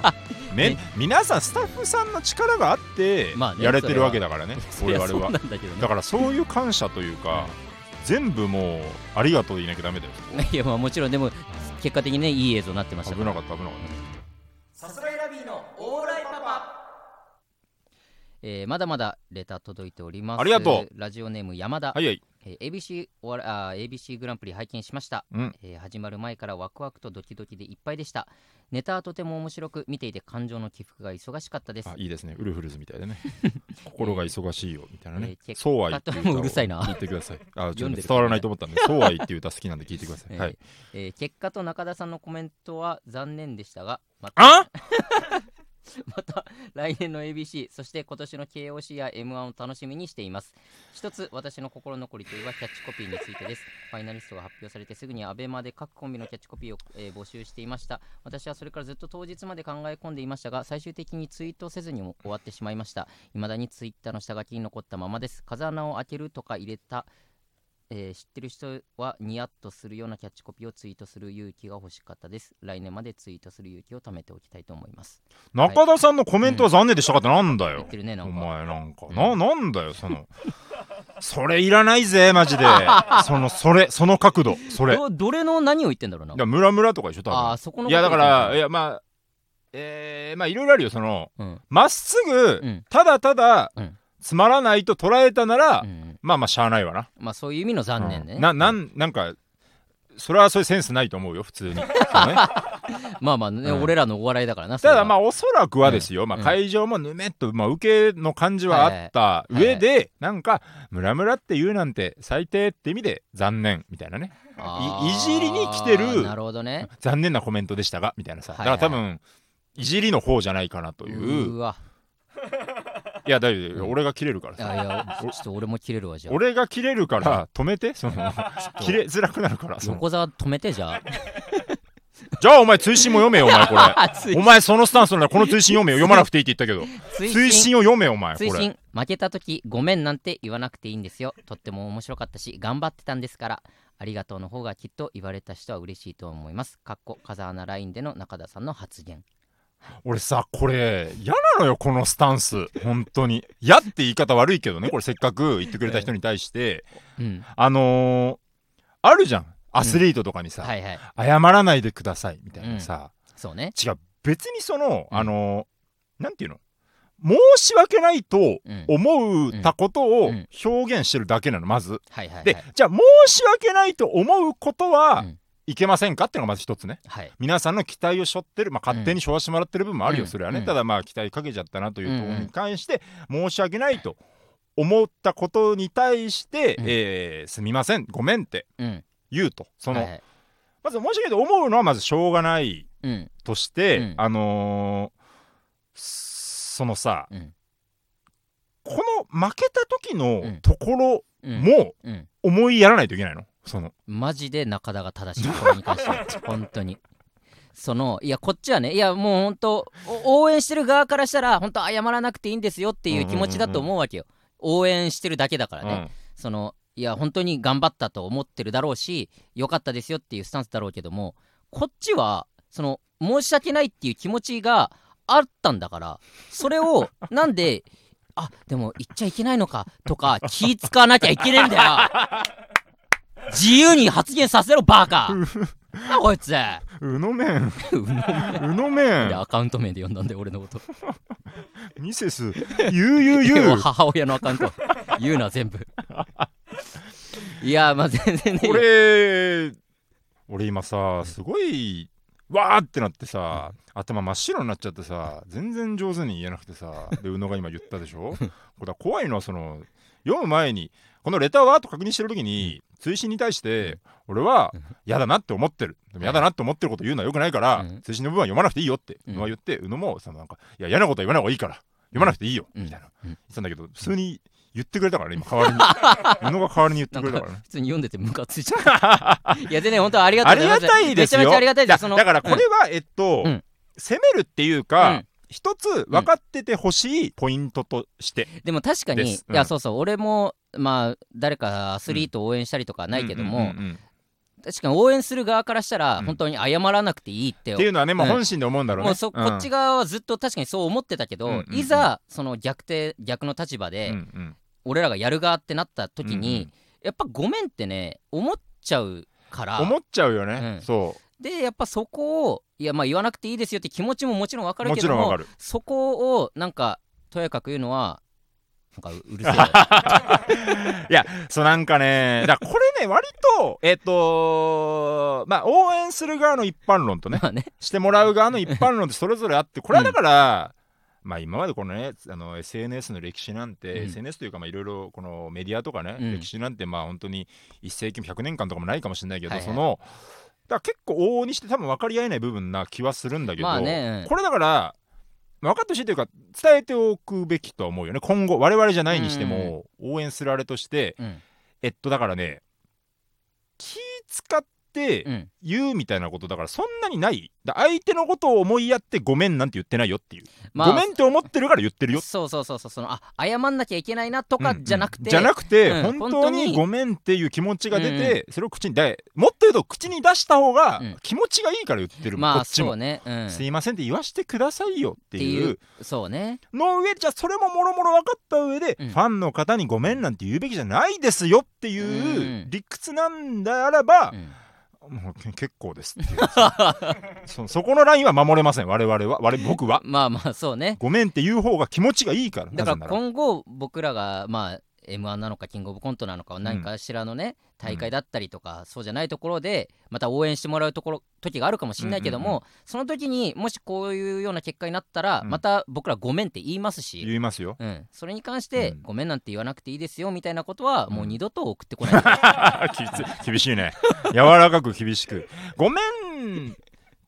Speaker 2: め皆さんスタッフさんの力があって
Speaker 1: まあね
Speaker 2: やれてるわけだからね
Speaker 1: そり
Speaker 2: 我
Speaker 1: ゃ
Speaker 2: 々
Speaker 1: そうなん
Speaker 2: は
Speaker 1: だけどね
Speaker 2: だからそういう感謝というか全部もうありがとうでいなきゃダメだよ
Speaker 1: いやまあもちろんでも結果的にねいい映像になってました
Speaker 2: 危なかった危なかった
Speaker 1: さすらいラビーのオーライパパえーまだまだレター届いております
Speaker 2: ありがと
Speaker 1: うラジオネーム山田、
Speaker 2: はいはい
Speaker 1: えー ABC, おわらあー ABC グランプリ拝見しました、
Speaker 2: うん
Speaker 1: えー始まる前からワクワクとドキドキでいっぱいでしたネタはとても面白く見ていて感情の起伏が忙しかったです
Speaker 2: あいいですねウルフルズみたい
Speaker 1: *laughs*
Speaker 2: でね心が忙しいよみたいな
Speaker 1: えー
Speaker 2: ね「
Speaker 1: 結果
Speaker 2: そう愛」っていう歌
Speaker 1: もう
Speaker 2: を
Speaker 1: うるさいな
Speaker 2: 聞いてくださいあちょ
Speaker 1: 読ん
Speaker 2: っと
Speaker 1: で
Speaker 2: ね
Speaker 1: る
Speaker 2: 伝わらないと思ったんで「そう愛」っていう歌好きなんで聞いてくださ
Speaker 1: え
Speaker 2: い
Speaker 1: ー
Speaker 2: はい
Speaker 1: *laughs* えー結果と中田さんのコメントは残念でしたがまた
Speaker 2: あ
Speaker 1: *laughs* また来年の ABC そして今年の KOC や M1 を楽しみにしています一つ私の心残りといえばキャッチコピーについてですファイナリストが発表されてすぐにアベマで各コンビのキャッチコピーを、えー募集していました私はそれからずっと当日まで考え込んでいましたが最終的にツイートせずにも終わってしまいました未だにツイッターの下書きに残ったままです風穴を開けるとか入れたえー知ってる人はニヤッとするようなキャッチコピーをツイートする勇気が欲しかったです。来年までツイートする勇気を貯めておきたいと思います。
Speaker 2: 中田さんのコメントは残念でしたかってなんだ
Speaker 1: 言
Speaker 2: よ
Speaker 1: ってるね、な
Speaker 2: お
Speaker 1: んか。
Speaker 2: 前なんか、
Speaker 1: うん
Speaker 2: ななんだよそのそれいらないぜマジ
Speaker 1: *laughs*
Speaker 2: でそのそれその角度それい
Speaker 1: どどれの何を言ってんだろうな
Speaker 2: やムラムラとかでしょ多
Speaker 1: ああ
Speaker 2: 分
Speaker 1: ーそこの
Speaker 2: いやだからい
Speaker 1: や、
Speaker 2: やまあえー、まあいろいろあるよその
Speaker 1: うん
Speaker 2: まっすぐ、
Speaker 1: うん
Speaker 2: ただただ、
Speaker 1: うん
Speaker 2: つまらないと捉えたなら、
Speaker 1: うん、
Speaker 2: まあまあしゃあないわな
Speaker 1: まあそういう意味の残念ね、
Speaker 2: うんななんなんかそれはそういうセンスないと思うよ普
Speaker 1: *laughs*
Speaker 2: 通に、そうね
Speaker 1: まあまあね、
Speaker 2: うん
Speaker 1: 俺らのお笑いだからな
Speaker 2: ただま
Speaker 1: あ
Speaker 2: あおそらくはですよ、まあ、
Speaker 1: うん
Speaker 2: 会場もぬめっと、まあ、受けの感じはあった上で、なんかムラムラって言うなんて最低って意味で残念みたいなねいいじりに来てる
Speaker 1: なるほどね
Speaker 2: 残念なコメントでしたがみたいなさ
Speaker 1: は
Speaker 2: だ
Speaker 1: いは
Speaker 2: か
Speaker 1: い
Speaker 2: ら多分、いじりの方じゃないかなという
Speaker 1: うわ
Speaker 2: いや大丈夫大丈夫
Speaker 1: うん
Speaker 2: 俺が切れるから
Speaker 1: い
Speaker 2: さ
Speaker 1: やいやちょっと俺も切れるわじゃあ
Speaker 2: 俺が切れるから止め
Speaker 1: *laughs*
Speaker 2: てその切れづらくなるからその
Speaker 1: 横澤止めてじゃあ
Speaker 2: じゃあお前追伸も読めよお前これ
Speaker 1: あ *laughs* 追
Speaker 2: お前そのスタンスならこの追伸読めよ読まなくていいって言ったけど追伸を読めよお前こ
Speaker 1: 追
Speaker 2: れ
Speaker 1: 伸負けた時ごめんなんて言わなくていいんですよとっても面白かったし頑張ってたんですからありがとうの方がきっと言われた人は嬉しいと思いますかっこ風穴ラインでの中田さんの発言
Speaker 2: 俺さこれ嫌なのよこのスタンス本当に嫌って言い方悪いけどねこれせっかく言ってくれた人に対して
Speaker 1: うん
Speaker 2: あのーあるじゃんアスリートとかにさ、
Speaker 1: はいはい
Speaker 2: 謝らないでくださいみたいなさ、
Speaker 1: そうね
Speaker 2: 違う別にその
Speaker 1: うん
Speaker 2: あのーなんていうの申し訳ないと
Speaker 1: うん
Speaker 2: 思うたことを
Speaker 1: うん
Speaker 2: 表現してるだけなのまず
Speaker 1: はいはいはい
Speaker 2: でじゃあ申し訳ないと思うことは
Speaker 1: うん
Speaker 2: いけませんかっていうのがまず一つね
Speaker 1: はい
Speaker 2: 皆さんの期待を背負ってる、まあ、勝手に背負わせてもらってる部分もあるよ、
Speaker 1: うん
Speaker 2: それはね、
Speaker 1: うん
Speaker 2: ただまあ期待かけちゃったなというと
Speaker 1: うん
Speaker 2: ころ
Speaker 1: うん
Speaker 2: に関して申し訳ないと思ったことに対して、
Speaker 1: うん
Speaker 2: えーすみませんごめんって
Speaker 1: うん
Speaker 2: 言うとその、
Speaker 1: はいはい
Speaker 2: まず申し訳ないと思うのはまずしょうがない
Speaker 1: うん
Speaker 2: として、
Speaker 1: うん
Speaker 2: あのーそのさ
Speaker 1: うん
Speaker 2: この負けた時
Speaker 1: う
Speaker 2: の
Speaker 1: ん
Speaker 2: ところ
Speaker 1: うん
Speaker 2: も
Speaker 1: うん
Speaker 2: 思いやらないといけないの、その
Speaker 1: マジで中田が正しいこれに関しては *laughs* 本当にそのいやこっちはねいやもう本当お応援してる側からしたら本当謝らなくていいんですよっていう気持ちだと思うわけよ、応援してるだけだからね、そのいや本当に頑張ったと思ってるだろうし良かったですよっていうスタンスだろうけどもこっちはその申し訳ないっていう気持ちがあったんだからそれを *laughs* なんであでも言っちゃいけないのかとか気使わなきゃいけねえんだよ自由に発言させろバカなこいつ *laughs*
Speaker 2: うん、うのめん
Speaker 1: うの
Speaker 2: うの
Speaker 1: で
Speaker 2: めん
Speaker 1: アカウント名で呼んだんで俺のこと
Speaker 2: ミセスゆうゆうゆ
Speaker 1: でも
Speaker 2: う
Speaker 1: 母親のアカウント言うな全部いやまあ全然ね
Speaker 2: これ俺今さすごいわーってなってさ頭真っ白になっちゃってさ全然上手に言えなくてさで宇野が今言ったでしょこれだから怖いのはその読む前にこのレターはと確認してる時に追伸に対して俺は嫌だなって思ってるでも嫌だなって思ってること言うのはよくないから
Speaker 1: うん
Speaker 2: 追伸の部分は読まなくていいよって
Speaker 1: うん
Speaker 2: 宇野は言って宇野もそのなんかいや嫌なことは言わない方がいいから読まなくていいよ
Speaker 1: うん
Speaker 2: みたいな
Speaker 1: うん
Speaker 2: 言ってたんだけど普通に言ってくれたからね今代わりに
Speaker 1: *laughs*
Speaker 2: 宇野が代わりに言ってくれたからね
Speaker 1: 普通に読んでてムカついちゃ
Speaker 2: *laughs*
Speaker 1: ういや全然本当ありがとう
Speaker 2: あ
Speaker 1: ご
Speaker 2: り
Speaker 1: ざいま
Speaker 2: が
Speaker 1: す
Speaker 2: たいですよ。
Speaker 1: めちゃめちゃありがたいですそ
Speaker 2: だ
Speaker 1: の
Speaker 2: だからこれは、えっと、
Speaker 1: うん
Speaker 2: 責めるっていう
Speaker 1: う
Speaker 2: か
Speaker 1: ん、
Speaker 2: 一つ分かっててほしいポイントとして。
Speaker 1: でも確かに、
Speaker 2: で
Speaker 1: い
Speaker 2: すうん
Speaker 1: やそうそう俺もまあ誰かアスリートを応援したりとかはないけども、
Speaker 2: うんうんうんうんっ
Speaker 1: 確かに応援する側からしたら
Speaker 2: うん
Speaker 1: 本当に謝らなくていいって、
Speaker 2: ていうのはね、まあ
Speaker 1: うん
Speaker 2: 本心で思うんだろうね。
Speaker 1: もうそこっち
Speaker 2: が。
Speaker 1: 側はずっと確かにそう思ってたけど、
Speaker 2: うんうんうん
Speaker 1: いざその逆転逆の立場で、
Speaker 2: うんうん
Speaker 1: 俺らがやる側ってなった時に、
Speaker 2: うんうん
Speaker 1: やっぱごめんってね思っちゃうから
Speaker 2: 思っちゃうよ
Speaker 1: うん
Speaker 2: ね。そ
Speaker 1: でやっぱそこをいやまあ言わなくていいですよって気持ちももちろんわか
Speaker 2: う。
Speaker 1: る
Speaker 2: も
Speaker 1: け
Speaker 2: ち
Speaker 1: ど
Speaker 2: ろん
Speaker 1: も
Speaker 2: わかる。
Speaker 1: そこをなんかとやかく言うのはなんかうう
Speaker 2: *laughs*
Speaker 1: るせえよ
Speaker 2: いや、そうなんかね、だからこれね、割と、えっと、まあ応援する側の一般論とね、
Speaker 1: まあね
Speaker 2: してもらう側の一般論ってそれぞれあってこれはだから、まあ今までこのねあの SNS の歴史なんて、
Speaker 1: うん
Speaker 2: SNS というかまあいろいろこのメディアとかね、
Speaker 1: うん
Speaker 2: 歴史なんてまあ本当に1世紀も100年間とかもないかもしれないけど、
Speaker 1: はいはい
Speaker 2: そのだから結構往々にして多分分かり合えない部分な気はするんだけど、
Speaker 1: まあねうん
Speaker 2: これだからまあ分かってほしいというか伝えておくべきとは思うよね今後我々じゃないにしても、応援するあれとして
Speaker 1: うん
Speaker 2: えっとだからね気使って、
Speaker 1: うん
Speaker 2: 言うみたいなことだからそんなにないだ相手のことを思いやってごめんなんて言ってないよっていう、
Speaker 1: まあ
Speaker 2: ごめんって思ってるから言ってるよ
Speaker 1: そうそうそうそうそのあ謝んなきゃいけないなとか
Speaker 2: うん
Speaker 1: じゃなくて、
Speaker 2: じゃなくて、
Speaker 1: うん
Speaker 2: 本当
Speaker 1: 本当に
Speaker 2: にごめんっていう気持ちが出
Speaker 1: うんう
Speaker 2: て、それを口に出もっと言うと口に出した方が
Speaker 1: うん
Speaker 2: 気持ちがいいから言ってるもん、
Speaker 1: ま
Speaker 2: こ
Speaker 1: あ
Speaker 2: っち
Speaker 1: そう
Speaker 2: も、
Speaker 1: ねうん
Speaker 2: すいませんって言わしてくださいよって
Speaker 1: って
Speaker 2: い
Speaker 1: いうそうね
Speaker 2: の上でじゃあそれももろもろ分かった上で、
Speaker 1: うん
Speaker 2: ファンの方にごめんなんて言うべきじゃないですよっていうんう理屈なんだあらば
Speaker 1: う、ん
Speaker 2: もうけ結構ですっていう *laughs* そそこのラインは守れません我々は我々僕は
Speaker 1: まあまあそうね
Speaker 2: ごめんって言う方が気持ちがいいから
Speaker 1: だか
Speaker 2: なぜな
Speaker 1: ら
Speaker 2: ら
Speaker 1: 今後僕らがまあ m 1なのかキングオブコントなのか何かしらのね、大会だったりとかそうじゃないところでまた応援してもらうところ時があるかもしれないけども、
Speaker 2: うんうん
Speaker 1: その時にもしこういうような結果になったら、
Speaker 2: うん
Speaker 1: また僕らごめんって言いますし、
Speaker 2: 言いますよ *laughs*
Speaker 1: うん、それに関して、
Speaker 2: うん
Speaker 1: ごめんなんて言わなくていいですよみたいなことはもう
Speaker 2: うん
Speaker 1: 二度と送ってこない、
Speaker 2: *laughs* きつ厳しいね柔らかく厳しくごめんっ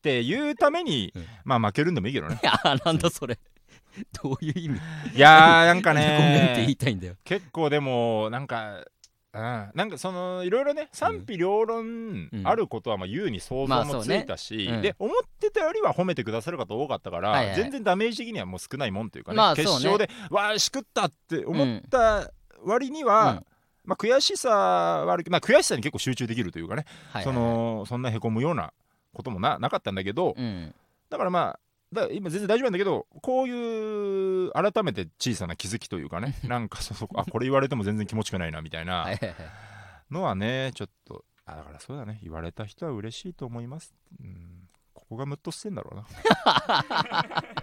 Speaker 2: て言うために、
Speaker 1: うん
Speaker 2: まあ負けるんでもいいけどね
Speaker 1: いやなんだそれどういう意味
Speaker 2: いやーなん
Speaker 1: *laughs* ご
Speaker 2: か
Speaker 1: めんって言い
Speaker 2: ね
Speaker 1: たいんだよ、
Speaker 2: 結構でもなんかうん、なんかそのいろいろね賛否両論
Speaker 1: うん
Speaker 2: あることはまあ優に想
Speaker 1: まあ
Speaker 2: 像
Speaker 1: そう
Speaker 2: も
Speaker 1: ね
Speaker 2: ついたし、
Speaker 1: うん
Speaker 2: で思ってたよりは褒めてくださる方多かったから、
Speaker 1: はいはい
Speaker 2: 全然ダメージ的にはもう少ないもんというかね,、
Speaker 1: まあそう
Speaker 2: 決
Speaker 1: ね
Speaker 2: 勝でわあしくったって思った割には、
Speaker 1: うん
Speaker 2: まあ、悔しさはあるけど、まあ、悔しさに結構集中できるというかね、
Speaker 1: はいはいはい
Speaker 2: そのそんなへこむようなこともななかったんだけど、
Speaker 1: うん
Speaker 2: だからまあだ今全然大丈夫なんだけどこういう改めて小さな気づきとい
Speaker 1: *laughs*
Speaker 2: うかねなんかそうあこれ言われても全然気持ちよくないなみた
Speaker 1: は
Speaker 2: い
Speaker 1: い
Speaker 2: な
Speaker 1: はいはい
Speaker 2: のはねちょっとあだからそうだね言われた人は嬉しいと思います。うんここがムッとしてん
Speaker 1: *laughs*
Speaker 2: だろうな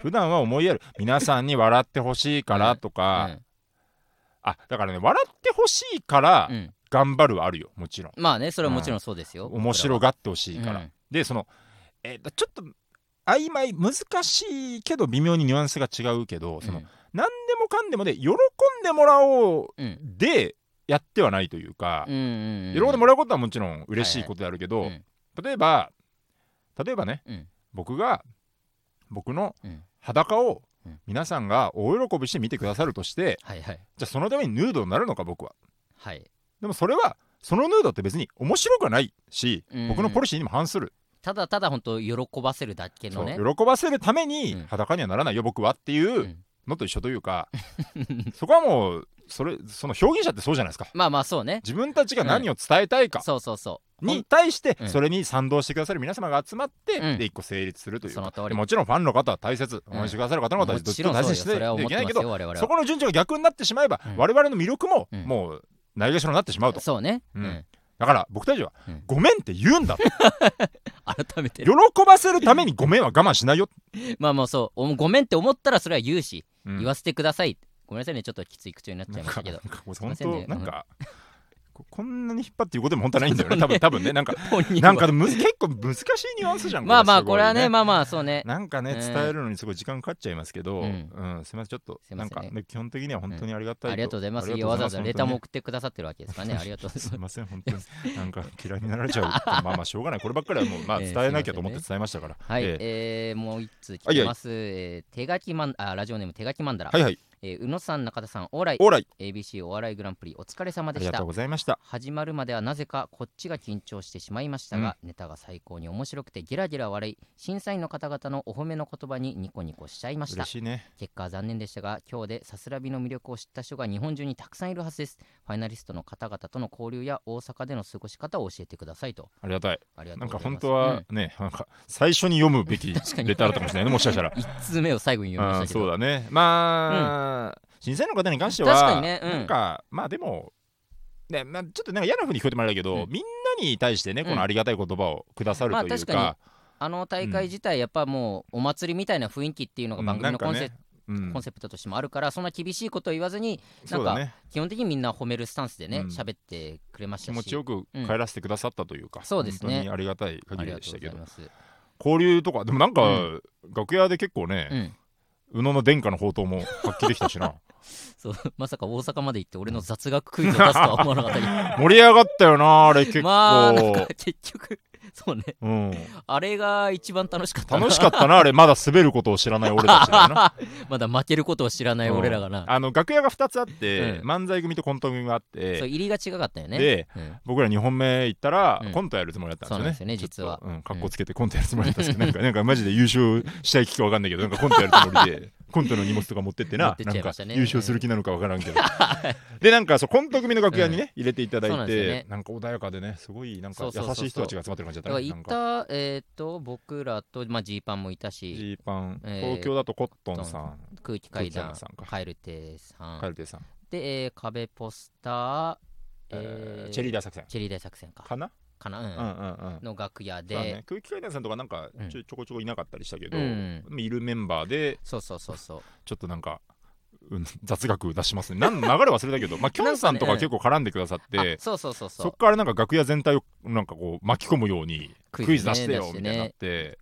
Speaker 2: 普段は思いやる皆さんに笑ってほしいからとか、あだからね笑ってほしいから
Speaker 1: うんうん
Speaker 2: 頑張るはあるよもちろん
Speaker 1: まあねそれはもちろんそうですよ、
Speaker 2: 面白
Speaker 1: が
Speaker 2: がってほしいから、
Speaker 1: うん
Speaker 2: でその、えーとちょっと曖昧難しいけど微妙にニュアンスが違うけど、その何でもかんでもで喜んでもらおう
Speaker 1: うん
Speaker 2: でやってはないというか、
Speaker 1: うんうんうん、
Speaker 2: 喜んでもらうことはもちろん嬉しいことであるけど、
Speaker 1: はいはい
Speaker 2: 例えば例えばね
Speaker 1: うん
Speaker 2: 僕が僕の
Speaker 1: うん
Speaker 2: 裸を
Speaker 1: うん
Speaker 2: 皆さんが大喜びして見てくださるとして
Speaker 1: はいはい
Speaker 2: じゃあそのためにヌードになるのか僕は
Speaker 1: はい
Speaker 2: でもそれはそのヌードって別に面白くはないし、
Speaker 1: うん
Speaker 2: 僕のポリシーにも反する、
Speaker 1: ただただ本当喜ばせるだけ
Speaker 2: そ
Speaker 1: の
Speaker 2: う
Speaker 1: ね
Speaker 2: 喜ばせるため
Speaker 1: うん
Speaker 2: に裸にはならないよ僕はっていううんのと一緒というか、 *laughs* そこはもうそれその表現者ってそうじゃないですか
Speaker 1: まあまあそうね
Speaker 2: 自分たちが何を伝えたいか
Speaker 1: そうそうそう
Speaker 2: に対して
Speaker 1: うん
Speaker 2: それに賛同してくださる皆様が集まって、
Speaker 1: うん
Speaker 2: で一個成立するという
Speaker 1: その通
Speaker 2: か
Speaker 1: り
Speaker 2: でもちろんファンの方は大切
Speaker 1: うん
Speaker 2: 応援してくださる方の方は
Speaker 1: も
Speaker 2: どっ
Speaker 1: ち
Speaker 2: ち
Speaker 1: ろ
Speaker 2: も
Speaker 1: ん
Speaker 2: 大
Speaker 1: そう
Speaker 2: 切
Speaker 1: よ
Speaker 2: にしな
Speaker 1: そ
Speaker 2: い
Speaker 1: れは思
Speaker 2: とい
Speaker 1: って
Speaker 2: けない
Speaker 1: ま
Speaker 2: け
Speaker 1: すよ
Speaker 2: ど
Speaker 1: 我々
Speaker 2: そ
Speaker 1: は
Speaker 2: この順序が逆になってしまえば、
Speaker 1: うん
Speaker 2: 我々の魅力も
Speaker 1: うん
Speaker 2: もうないがしろになってしまうと、
Speaker 1: そうねう
Speaker 2: うん
Speaker 1: ん
Speaker 2: だから僕たちは、
Speaker 1: うん
Speaker 2: ごめんって
Speaker 1: *laughs*
Speaker 2: 言うんだと
Speaker 1: 改めて
Speaker 2: 喜ばせるためにごめんは我慢しないよ、
Speaker 1: まあまあそうおごめんって思ったらそれは言うし
Speaker 2: うん
Speaker 1: 言わせてくださいごめんなさいねちょっときつい口調になっちゃ
Speaker 2: ないん
Speaker 1: ました
Speaker 2: か
Speaker 1: けど
Speaker 2: なんか
Speaker 1: いま
Speaker 2: 本
Speaker 1: せんね
Speaker 2: 当なんかここんなに引っ張っていうことでも本当はないんだよね多分多分
Speaker 1: *laughs*
Speaker 2: ねなんか
Speaker 1: 本人は
Speaker 2: なんかむ結構難しいニュアンスじゃん
Speaker 1: まあまあ
Speaker 2: すごい
Speaker 1: これはねまあまあそうね
Speaker 2: なんかね
Speaker 1: ね
Speaker 2: 伝えるのにすごい時間かかっちゃいますけど、
Speaker 1: う
Speaker 2: うんんすみませんちょっと
Speaker 1: すいま
Speaker 2: な
Speaker 1: せん
Speaker 2: ん
Speaker 1: ね
Speaker 2: か、ね、基本的には本当にありがたいと、
Speaker 1: ありがとうございます
Speaker 2: ありがとう
Speaker 1: わ
Speaker 2: ご
Speaker 1: ざ
Speaker 2: ざい
Speaker 1: わざ
Speaker 2: ます
Speaker 1: レターも送ってくださってるわけですからね
Speaker 2: 本当
Speaker 1: ありがとうござ
Speaker 2: す
Speaker 1: い
Speaker 2: み
Speaker 1: ます
Speaker 2: ません本当になんか嫌いになられちゃうまあまあしょうがないこればっかりはもうまあ
Speaker 1: *laughs* ええ
Speaker 2: 伝えなきゃと思って伝えましたから、
Speaker 1: はい
Speaker 2: ええ
Speaker 1: えーもう一通聞きますえー手書きマンあラジオネーム手書きマンダラ
Speaker 2: はいはい
Speaker 1: えー宇野さん中田さんオーライ
Speaker 2: オーライ
Speaker 1: ABC お笑いグランプリお疲れ様
Speaker 2: あ
Speaker 1: で
Speaker 2: り
Speaker 1: し
Speaker 2: がと
Speaker 1: た
Speaker 2: うございました
Speaker 1: 始まるまではなぜかこっちが緊張してしまいましたが、ネタが最高に面白くてゲラゲラ笑い審査員の方々のお褒めの言葉にニコニコしちゃいました
Speaker 2: 嬉しいね
Speaker 1: 結果は残念でしたが今日でさすらびの魅力を知った人が日本中にたくさんいるはずですファイナリストの方々との交流や大阪での過ごし方を教えてくださいと
Speaker 2: ありがたい
Speaker 1: ありがと
Speaker 2: な
Speaker 1: うん
Speaker 2: か
Speaker 1: ござい
Speaker 2: 本
Speaker 1: ます
Speaker 2: 当はね、なんか最初に読
Speaker 1: *laughs*
Speaker 2: むべきレタ
Speaker 1: かに
Speaker 2: ーだったかもしれないねもしかしたら
Speaker 1: 1通目を最後に読み
Speaker 2: う
Speaker 1: ま
Speaker 2: ん
Speaker 1: したけど
Speaker 2: そうだねまあ、審査員の方に関しては
Speaker 1: 確かにねうん
Speaker 2: なんかまあでも、ねまあ、ちょっとなんか嫌な風に聞こえてもらえるけど、
Speaker 1: うん
Speaker 2: みんなに対してねこのありがたい言葉をくださる
Speaker 1: まあ
Speaker 2: というか,、
Speaker 1: 確かあの大会自体やっぱもうお祭りみたいな雰囲気っていうのが
Speaker 2: うん
Speaker 1: 番組のコンセ,、
Speaker 2: なんかねうん
Speaker 1: コンセプトとしてもあるからそんな厳しいことを言わずにな
Speaker 2: そ
Speaker 1: ん
Speaker 2: うだ
Speaker 1: か
Speaker 2: ね
Speaker 1: 基本的にみんな褒めるスタンスでね
Speaker 2: うん
Speaker 1: 喋ってくれましたし
Speaker 2: 気持ちよく帰らせてくださったというか、
Speaker 1: んそうですね
Speaker 2: 本当にありがたい
Speaker 1: あり
Speaker 2: 限り
Speaker 1: が
Speaker 2: で
Speaker 1: と
Speaker 2: し
Speaker 1: うござ
Speaker 2: たけ
Speaker 1: い
Speaker 2: ど
Speaker 1: ます、
Speaker 2: 交流とかでもなんか、
Speaker 1: う
Speaker 2: 楽屋で結構
Speaker 1: う
Speaker 2: ね、
Speaker 1: ん、
Speaker 2: 宇野の殿下の宝刀も発揮できたしな *laughs*
Speaker 1: そうまさか大阪まで行って俺の雑学クイズを出すとは思わなかったけど
Speaker 2: 盛り上がったよなあれ *laughs* 結構、
Speaker 1: まあなんか結局そうね
Speaker 2: うん、
Speaker 1: あれが一番楽しかったな
Speaker 2: 楽しかったなあれまだ滑ることを知らない俺たちだよな
Speaker 1: *laughs* まだ負けることを知らない俺らがな、
Speaker 2: あの楽屋が2つあって、
Speaker 1: うん
Speaker 2: 漫才組とコント組があっ
Speaker 1: そう
Speaker 2: て
Speaker 1: 入りが違かったよね
Speaker 2: で
Speaker 1: うん
Speaker 2: 僕ら2本目行ったら、
Speaker 1: うん
Speaker 2: コントやるつもりだったんです
Speaker 1: そ
Speaker 2: よ
Speaker 1: うなんで
Speaker 2: ね
Speaker 1: すよね
Speaker 2: ちょっと
Speaker 1: 実
Speaker 2: うんかっこつけてコントやるつもりだったんですけど、なんかなんかマジで優勝したい気か分かんないけどなんかコントやるつも
Speaker 1: *laughs*
Speaker 2: りでコントの荷物とか持ってって
Speaker 1: 持
Speaker 2: な
Speaker 1: ってっ
Speaker 2: な
Speaker 1: ちゃい
Speaker 2: ん
Speaker 1: ま
Speaker 2: か
Speaker 1: したね
Speaker 2: 優勝する気なのか分からんけどでなんかそうコント組の楽屋にね、入れていただ
Speaker 1: そうないんです
Speaker 2: て
Speaker 1: よ
Speaker 2: な,、
Speaker 1: ね
Speaker 2: んか穏やかでねすごいなんか
Speaker 1: そうそうそう
Speaker 2: 優
Speaker 1: そう
Speaker 2: しい人たちが集まってる感じだ
Speaker 1: だか
Speaker 2: った
Speaker 1: ら
Speaker 2: ね
Speaker 1: 行
Speaker 2: なん
Speaker 1: っ
Speaker 2: か
Speaker 1: たえーっと僕らとまあジーパンもいた
Speaker 2: ジ
Speaker 1: し
Speaker 2: ーパン、
Speaker 1: えー
Speaker 2: 東京だとコットンさん
Speaker 1: 空気階段
Speaker 2: 空気階段さんか
Speaker 1: カエル亭さん
Speaker 2: カルテさん、
Speaker 1: で、えー壁ポスター、
Speaker 2: え
Speaker 1: え
Speaker 2: ーチェリー
Speaker 1: 大
Speaker 2: 大作戦
Speaker 1: チェリー大作戦か
Speaker 2: かな、
Speaker 1: かな、うん
Speaker 2: うん、うんうん
Speaker 1: の楽屋で
Speaker 2: そうだね、空気階段さんとかなんかちょちょこちょこいなかったりしたけど、
Speaker 1: うん
Speaker 2: いるメンバーで
Speaker 1: そうそうそうそう
Speaker 2: ちょっとなんか、うん雑学出しますねなん流れ忘れたけどまあきょんさんと
Speaker 1: *laughs*
Speaker 2: か
Speaker 1: なんかね
Speaker 2: 結構絡んでくださっ
Speaker 1: あ
Speaker 2: て、
Speaker 1: そうそうそうそ
Speaker 2: そっ
Speaker 1: う
Speaker 2: からなんか楽屋全体をなんかこう巻き込むように
Speaker 1: ク
Speaker 2: ク
Speaker 1: イ
Speaker 2: イ
Speaker 1: ズね
Speaker 2: ズ出して
Speaker 1: 出
Speaker 2: よ
Speaker 1: してね
Speaker 2: みたいになって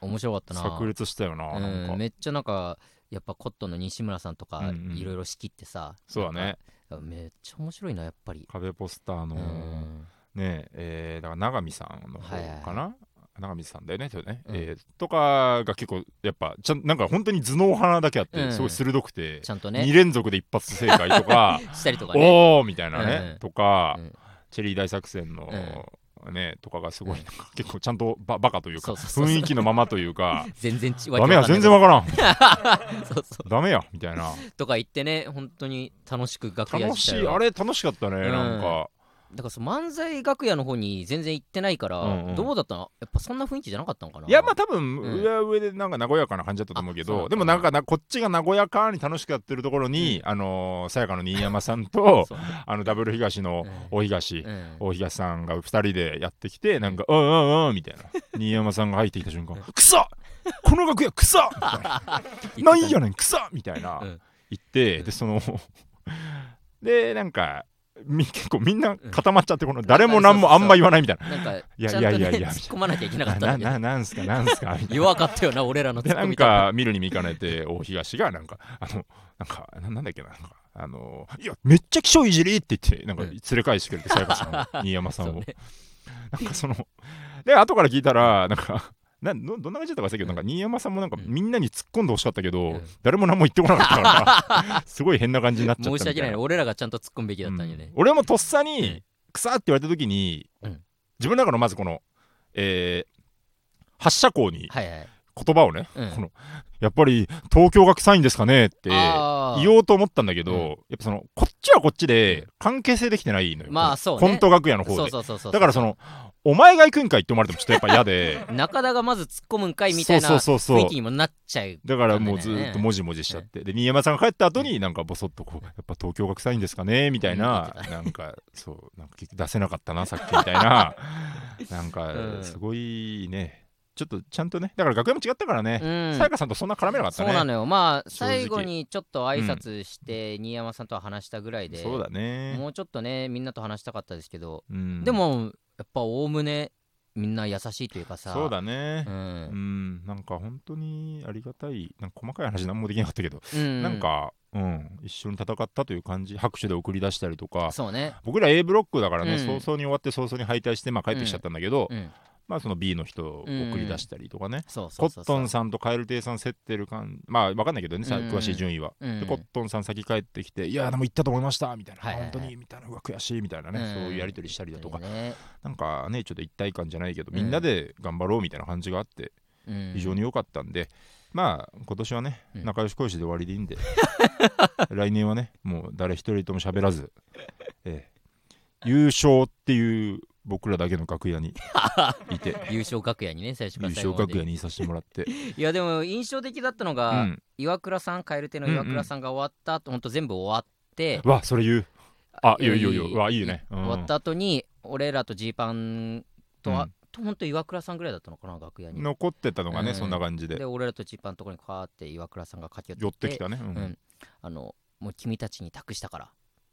Speaker 1: 面白かったな
Speaker 2: 炸裂したよな,、なん
Speaker 1: う
Speaker 2: か
Speaker 1: ん、めっちゃなんかやっぱコットンの西村さんとか
Speaker 2: うんうん
Speaker 1: いろいろ仕切ってさ、
Speaker 2: そうだね
Speaker 1: なんかめっちゃ面白いなやっぱり、
Speaker 2: 壁ポスターの、
Speaker 1: うん
Speaker 2: ねえーだから永見さんの方かな、永見さんだよね、それね
Speaker 1: うん
Speaker 2: えーとかが結構やっぱちゃんなんか本当に頭脳派なだけあっ
Speaker 1: うん
Speaker 2: てすごい鋭くて、
Speaker 1: ちゃんと
Speaker 2: 2
Speaker 1: ね
Speaker 2: 連続で一発正解とか
Speaker 1: した *laughs* りとかね
Speaker 2: おーみたいなね、
Speaker 1: うん
Speaker 2: とか、
Speaker 1: うん
Speaker 2: チェリー大作戦の、ねとかがすごいなんか結構ちゃんとババカというか
Speaker 1: そうそうそう
Speaker 2: 雰囲気のままというか
Speaker 1: 全然ち
Speaker 2: ダメや全
Speaker 1: *laughs*
Speaker 2: 然
Speaker 1: わ
Speaker 2: わからん
Speaker 1: けわかんないそうそ
Speaker 2: ダメやみたいな
Speaker 1: うとか言ってね本当に楽しく楽屋
Speaker 2: 楽
Speaker 1: 自
Speaker 2: し
Speaker 1: 体
Speaker 2: い
Speaker 1: は
Speaker 2: あれ楽しかったね、なんか
Speaker 1: だからそう漫才楽屋の方に全然行ってないから、
Speaker 2: うんうん
Speaker 1: どうだったのやっぱそんな雰囲気じゃなかったのかない
Speaker 2: いやまあ多分
Speaker 1: うん
Speaker 2: 上は上でなんか和やかな感じだったと思うけ
Speaker 1: あそうな
Speaker 2: ど、
Speaker 1: の
Speaker 2: でもなんかなこっちが和やかに楽しくやってるところに、あのーさやかの新山さんと
Speaker 1: *laughs* そう
Speaker 2: あのダブル東の
Speaker 1: うん
Speaker 2: 大
Speaker 1: う
Speaker 2: 東、
Speaker 1: ん
Speaker 2: 大東さんが2人でやってきてなんか「うんうんうん」
Speaker 1: *laughs*
Speaker 2: みたいな新山さんが入ってきた瞬間「くそこの楽
Speaker 1: *laughs*
Speaker 2: 屋くそ!」みたいな「なんやねんくそ!」みたいな
Speaker 1: うん
Speaker 2: 言って、
Speaker 1: うん
Speaker 2: でその *laughs* でなんかみ結構みんな固まっちゃってこの誰も何もあんま言わないみたいな
Speaker 1: なんか
Speaker 2: いや
Speaker 1: ちゃんとね
Speaker 2: いやいやいや
Speaker 1: 突っ込まなきゃいけなかっ
Speaker 2: 「
Speaker 1: た
Speaker 2: なん
Speaker 1: だけ
Speaker 2: ななんすかなんすか」
Speaker 1: ど
Speaker 2: みたいな。
Speaker 1: 弱かったよな俺らのツ
Speaker 2: で
Speaker 1: ッ
Speaker 2: な
Speaker 1: コ
Speaker 2: ん
Speaker 1: ミとか
Speaker 2: か見るに見かねて *laughs* 大東がなんかあのなんかななんだっけななんかあのいやめっちゃ気性いじりって言ってなんか
Speaker 1: うん
Speaker 2: 連れ返してくれてさやかさんを
Speaker 1: *laughs*
Speaker 2: 新山さん
Speaker 1: そう
Speaker 2: を、
Speaker 1: ね
Speaker 2: なんかそので後から聞いたらなんかなんどどんな感じだったか忘れたけど、なんか新山さんもなんか
Speaker 1: うん
Speaker 2: みんなに突っ込んでほしかったけど、
Speaker 1: うん
Speaker 2: 誰も何も言ってこなかっ
Speaker 1: *laughs*
Speaker 2: たからすごい変な感じになっちゃった
Speaker 1: 申
Speaker 2: みた
Speaker 1: し
Speaker 2: いな
Speaker 1: 訳ないね俺らがちゃんと突っ込むべきだったんよ
Speaker 2: う
Speaker 1: ね
Speaker 2: ん、俺もとっさ
Speaker 1: うん
Speaker 2: に「草」って言われた時に、
Speaker 1: うん
Speaker 2: 自分の中のまずこの、えー発射口に
Speaker 1: はいはい
Speaker 2: 言葉をね、
Speaker 1: うん
Speaker 2: このやっぱり東京が臭いんですかねって
Speaker 1: あー
Speaker 2: 言おうと思ったんだけど、
Speaker 1: うん
Speaker 2: やっぱそのこっちはこっちで関係性できてないのよ、
Speaker 1: まあ
Speaker 2: この
Speaker 1: そうね
Speaker 2: コント楽屋の方で
Speaker 1: そうそうそうそう
Speaker 2: だからその「お前が行くんかい」って思われてもちょっとやっぱ
Speaker 1: *laughs*
Speaker 2: 嫌で
Speaker 1: 中田がまず突っ込むんかいみたいな
Speaker 2: そうそうそうそう
Speaker 1: 雰囲気にもなっちゃう
Speaker 2: だからもうずーっともじもじしちゃって、で新山さんが帰った後になんかボソッとこう「やっぱ東京が臭いんですかね」みたいな、なんかそうなんか結局出せなかったなさっきみた
Speaker 1: *laughs*
Speaker 2: いななん
Speaker 1: う
Speaker 2: か
Speaker 1: ん
Speaker 2: すごいねちょっとちゃんとねだから楽屋も違ったからね
Speaker 1: うん
Speaker 2: さやかさんとそんな絡めなかった
Speaker 1: そう
Speaker 2: ね
Speaker 1: なのよまあ
Speaker 2: 正直
Speaker 1: 最後にちょっと挨拶して新山さんとは話したぐらいで、
Speaker 2: そうだね
Speaker 1: もうちょっとねみんなと話したかったですけど、
Speaker 2: うん
Speaker 1: でもやっぱおおむねみんな優しいというかさ
Speaker 2: そうだね
Speaker 1: う
Speaker 2: うん
Speaker 1: ん、
Speaker 2: なんか本当にありがたいなんか細かい話何もできなかったけど、
Speaker 1: うん
Speaker 2: なんか、うん、一緒に戦ったという感じ拍手で送り出したりとか
Speaker 1: そうね
Speaker 2: 僕ら A ブロックだからね、
Speaker 1: うん
Speaker 2: 早々に終わって早々に敗退して、まあ、帰ってきちゃったんだけど、
Speaker 1: うん
Speaker 2: まあ、その B の人を
Speaker 1: うん
Speaker 2: 送り出したりとかね、
Speaker 1: そうそうそうそう
Speaker 2: コットンさんとカエル亭さん競ってる感まあ分かんないけどねさ
Speaker 1: うん
Speaker 2: 詳しい順位は、
Speaker 1: うん
Speaker 2: でコットンさん先帰ってきて「いやでも行ったと思いました」みたいな「
Speaker 1: はいはいはい
Speaker 2: 本当に」みたいな「うわ悔しい」みたいなね、
Speaker 1: うん
Speaker 2: そういうやり取りしたりだとか、
Speaker 1: ね
Speaker 2: なんかねちょっと一体感じゃないけど
Speaker 1: うん
Speaker 2: みんなで頑張ろうみたいな感じがあって
Speaker 1: うん
Speaker 2: 非常に良かったんで、まあ今年はね
Speaker 1: うん
Speaker 2: 仲良し恋しで終わりでいい
Speaker 1: *laughs*
Speaker 2: んで、来年はねもう誰一人とも喋らず、ええ優勝っていう僕らだけの楽
Speaker 1: *laughs*
Speaker 2: 屋にいて
Speaker 1: 優勝楽屋にね最初か
Speaker 2: 優
Speaker 1: ら最
Speaker 2: 勝
Speaker 1: 後まで
Speaker 2: 楽屋にいさせてもらって、
Speaker 1: いやでも印象的だったの
Speaker 2: う
Speaker 1: が、
Speaker 2: ん、
Speaker 1: 岩倉さん蛙亭の岩倉さんが終わった後、ほんと全部終わって
Speaker 2: うわそれ言うあいいよいいよいいようわいいよね、
Speaker 1: 終わった後に俺らとジーパンとは、
Speaker 2: うん
Speaker 1: とほんと岩倉さんぐらいだったのかな楽屋
Speaker 2: うん
Speaker 1: に
Speaker 2: 残ってたのがね、
Speaker 1: うん
Speaker 2: そんな感じ
Speaker 1: で
Speaker 2: で
Speaker 1: 俺らとジーパンのところにカーって岩倉さんが駆け
Speaker 2: 寄
Speaker 1: 寄
Speaker 2: っ
Speaker 1: って
Speaker 2: てきたね、うん
Speaker 1: うんあのもう君たちに託したから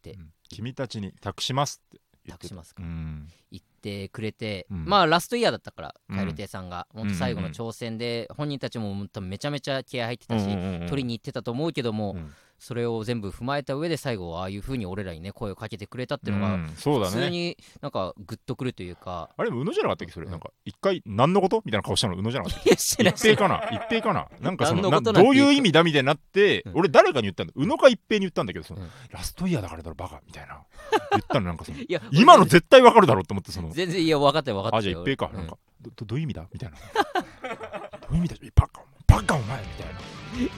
Speaker 2: うん君たちに託しますって言っ
Speaker 1: 託
Speaker 2: てた
Speaker 1: します
Speaker 2: う
Speaker 1: から
Speaker 2: ん
Speaker 1: 言ってくれて、
Speaker 2: うん
Speaker 1: まあラストイヤーだったから
Speaker 2: うん
Speaker 1: 蛙亭さんが、ほんと最後の挑戦で、本人たちもほんとめちゃめちゃ気合入ってたし、取りに行ってたと思うけども、
Speaker 2: うん
Speaker 1: それを全部踏まえた上で最後はああいう風に俺らにね声をかけてくれたっていうのが、
Speaker 2: うんそうだ
Speaker 1: 普通
Speaker 2: ね
Speaker 1: になんかグッとくるというか
Speaker 2: あれでも宇野じゃなかったっけそれ、
Speaker 1: うん
Speaker 2: なんか一回何のことみたいな顔したの宇野じゃなかったっ
Speaker 1: いや知
Speaker 2: け
Speaker 1: ら
Speaker 2: 一
Speaker 1: ん
Speaker 2: 平かな一平かななんかその
Speaker 1: 何のこと
Speaker 2: な
Speaker 1: なん
Speaker 2: ど
Speaker 1: て
Speaker 2: う
Speaker 1: 言う
Speaker 2: いう意味だみたいになって、
Speaker 1: うん
Speaker 2: 俺誰かに言ったの宇野か一平に言ったんだけどその、
Speaker 1: うん
Speaker 2: ラストイヤーだからだろバカみたいな言ったのなんかその
Speaker 1: *laughs* いや
Speaker 2: 今の絶対わかるだろうと思ってその
Speaker 1: 全然いや分かったよ分かった
Speaker 2: あ
Speaker 1: よ
Speaker 2: じゃあ一平か、
Speaker 1: うん
Speaker 2: なんかどどどういう意味だみたいなどういう意味だバカバカお前みたい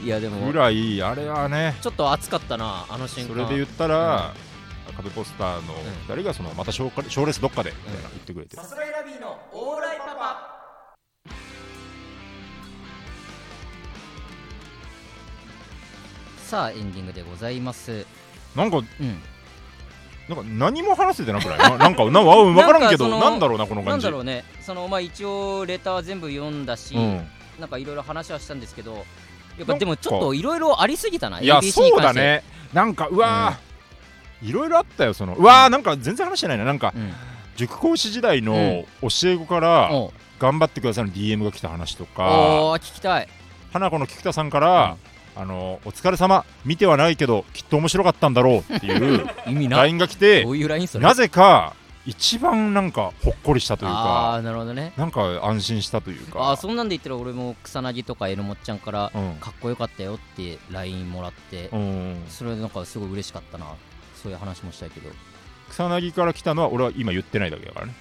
Speaker 1: いやでも
Speaker 2: なぐらいあれはね
Speaker 1: ちょっと熱かったなあの瞬間
Speaker 2: それで言ったら、壁ポスターの2人がそのまた賞レースどっかでみたいな言ってくれて、
Speaker 1: さすがいラビーのオーライパパさあエンディングでございます、
Speaker 2: なんか
Speaker 1: うん、
Speaker 2: なんか何も話せてなくない *laughs* ななんかなわ分からんけど
Speaker 1: なんかそ
Speaker 2: な
Speaker 1: の
Speaker 2: んだろうなこの
Speaker 1: な
Speaker 2: 感
Speaker 1: ん
Speaker 2: じ
Speaker 1: だろうねそのまあ一応レター全部読んだし、
Speaker 2: うん
Speaker 1: なんかいろいろ話はしたんですけどやっ
Speaker 2: なん
Speaker 1: ぱ
Speaker 2: か
Speaker 1: でもちょっといろいろありすぎたない
Speaker 2: や
Speaker 1: ABC に関して
Speaker 2: そうだ、ねなんかうわーいろいろあったよそのうわーなんか全然話してないななんか
Speaker 1: うん、
Speaker 2: 塾講師時代の教え子か
Speaker 1: お
Speaker 2: ら
Speaker 1: う
Speaker 2: 頑張ってくださいの DM が来た話とか
Speaker 1: おー聞きたい
Speaker 2: 花子の菊田さんからあのお疲れ様見てはないけどきっと面白かったんだろうっていう
Speaker 1: 意味ない
Speaker 2: LINE が来て
Speaker 1: どういうラインそれ
Speaker 2: なぜか一番なんかほっこりしたという
Speaker 1: ああ
Speaker 2: か
Speaker 1: ーなるほどね
Speaker 2: なんか安心したというか
Speaker 1: ああーそんなんで言ったら俺も草薙とかえのもっちゃんから
Speaker 2: うん
Speaker 1: かっこよかったよって LINE もらって
Speaker 2: うん
Speaker 1: それなんかすごい嬉しかったなそういう話もしたいけど
Speaker 2: 草薙から来たのは俺は今言ってないだけだ
Speaker 1: *laughs*
Speaker 2: からね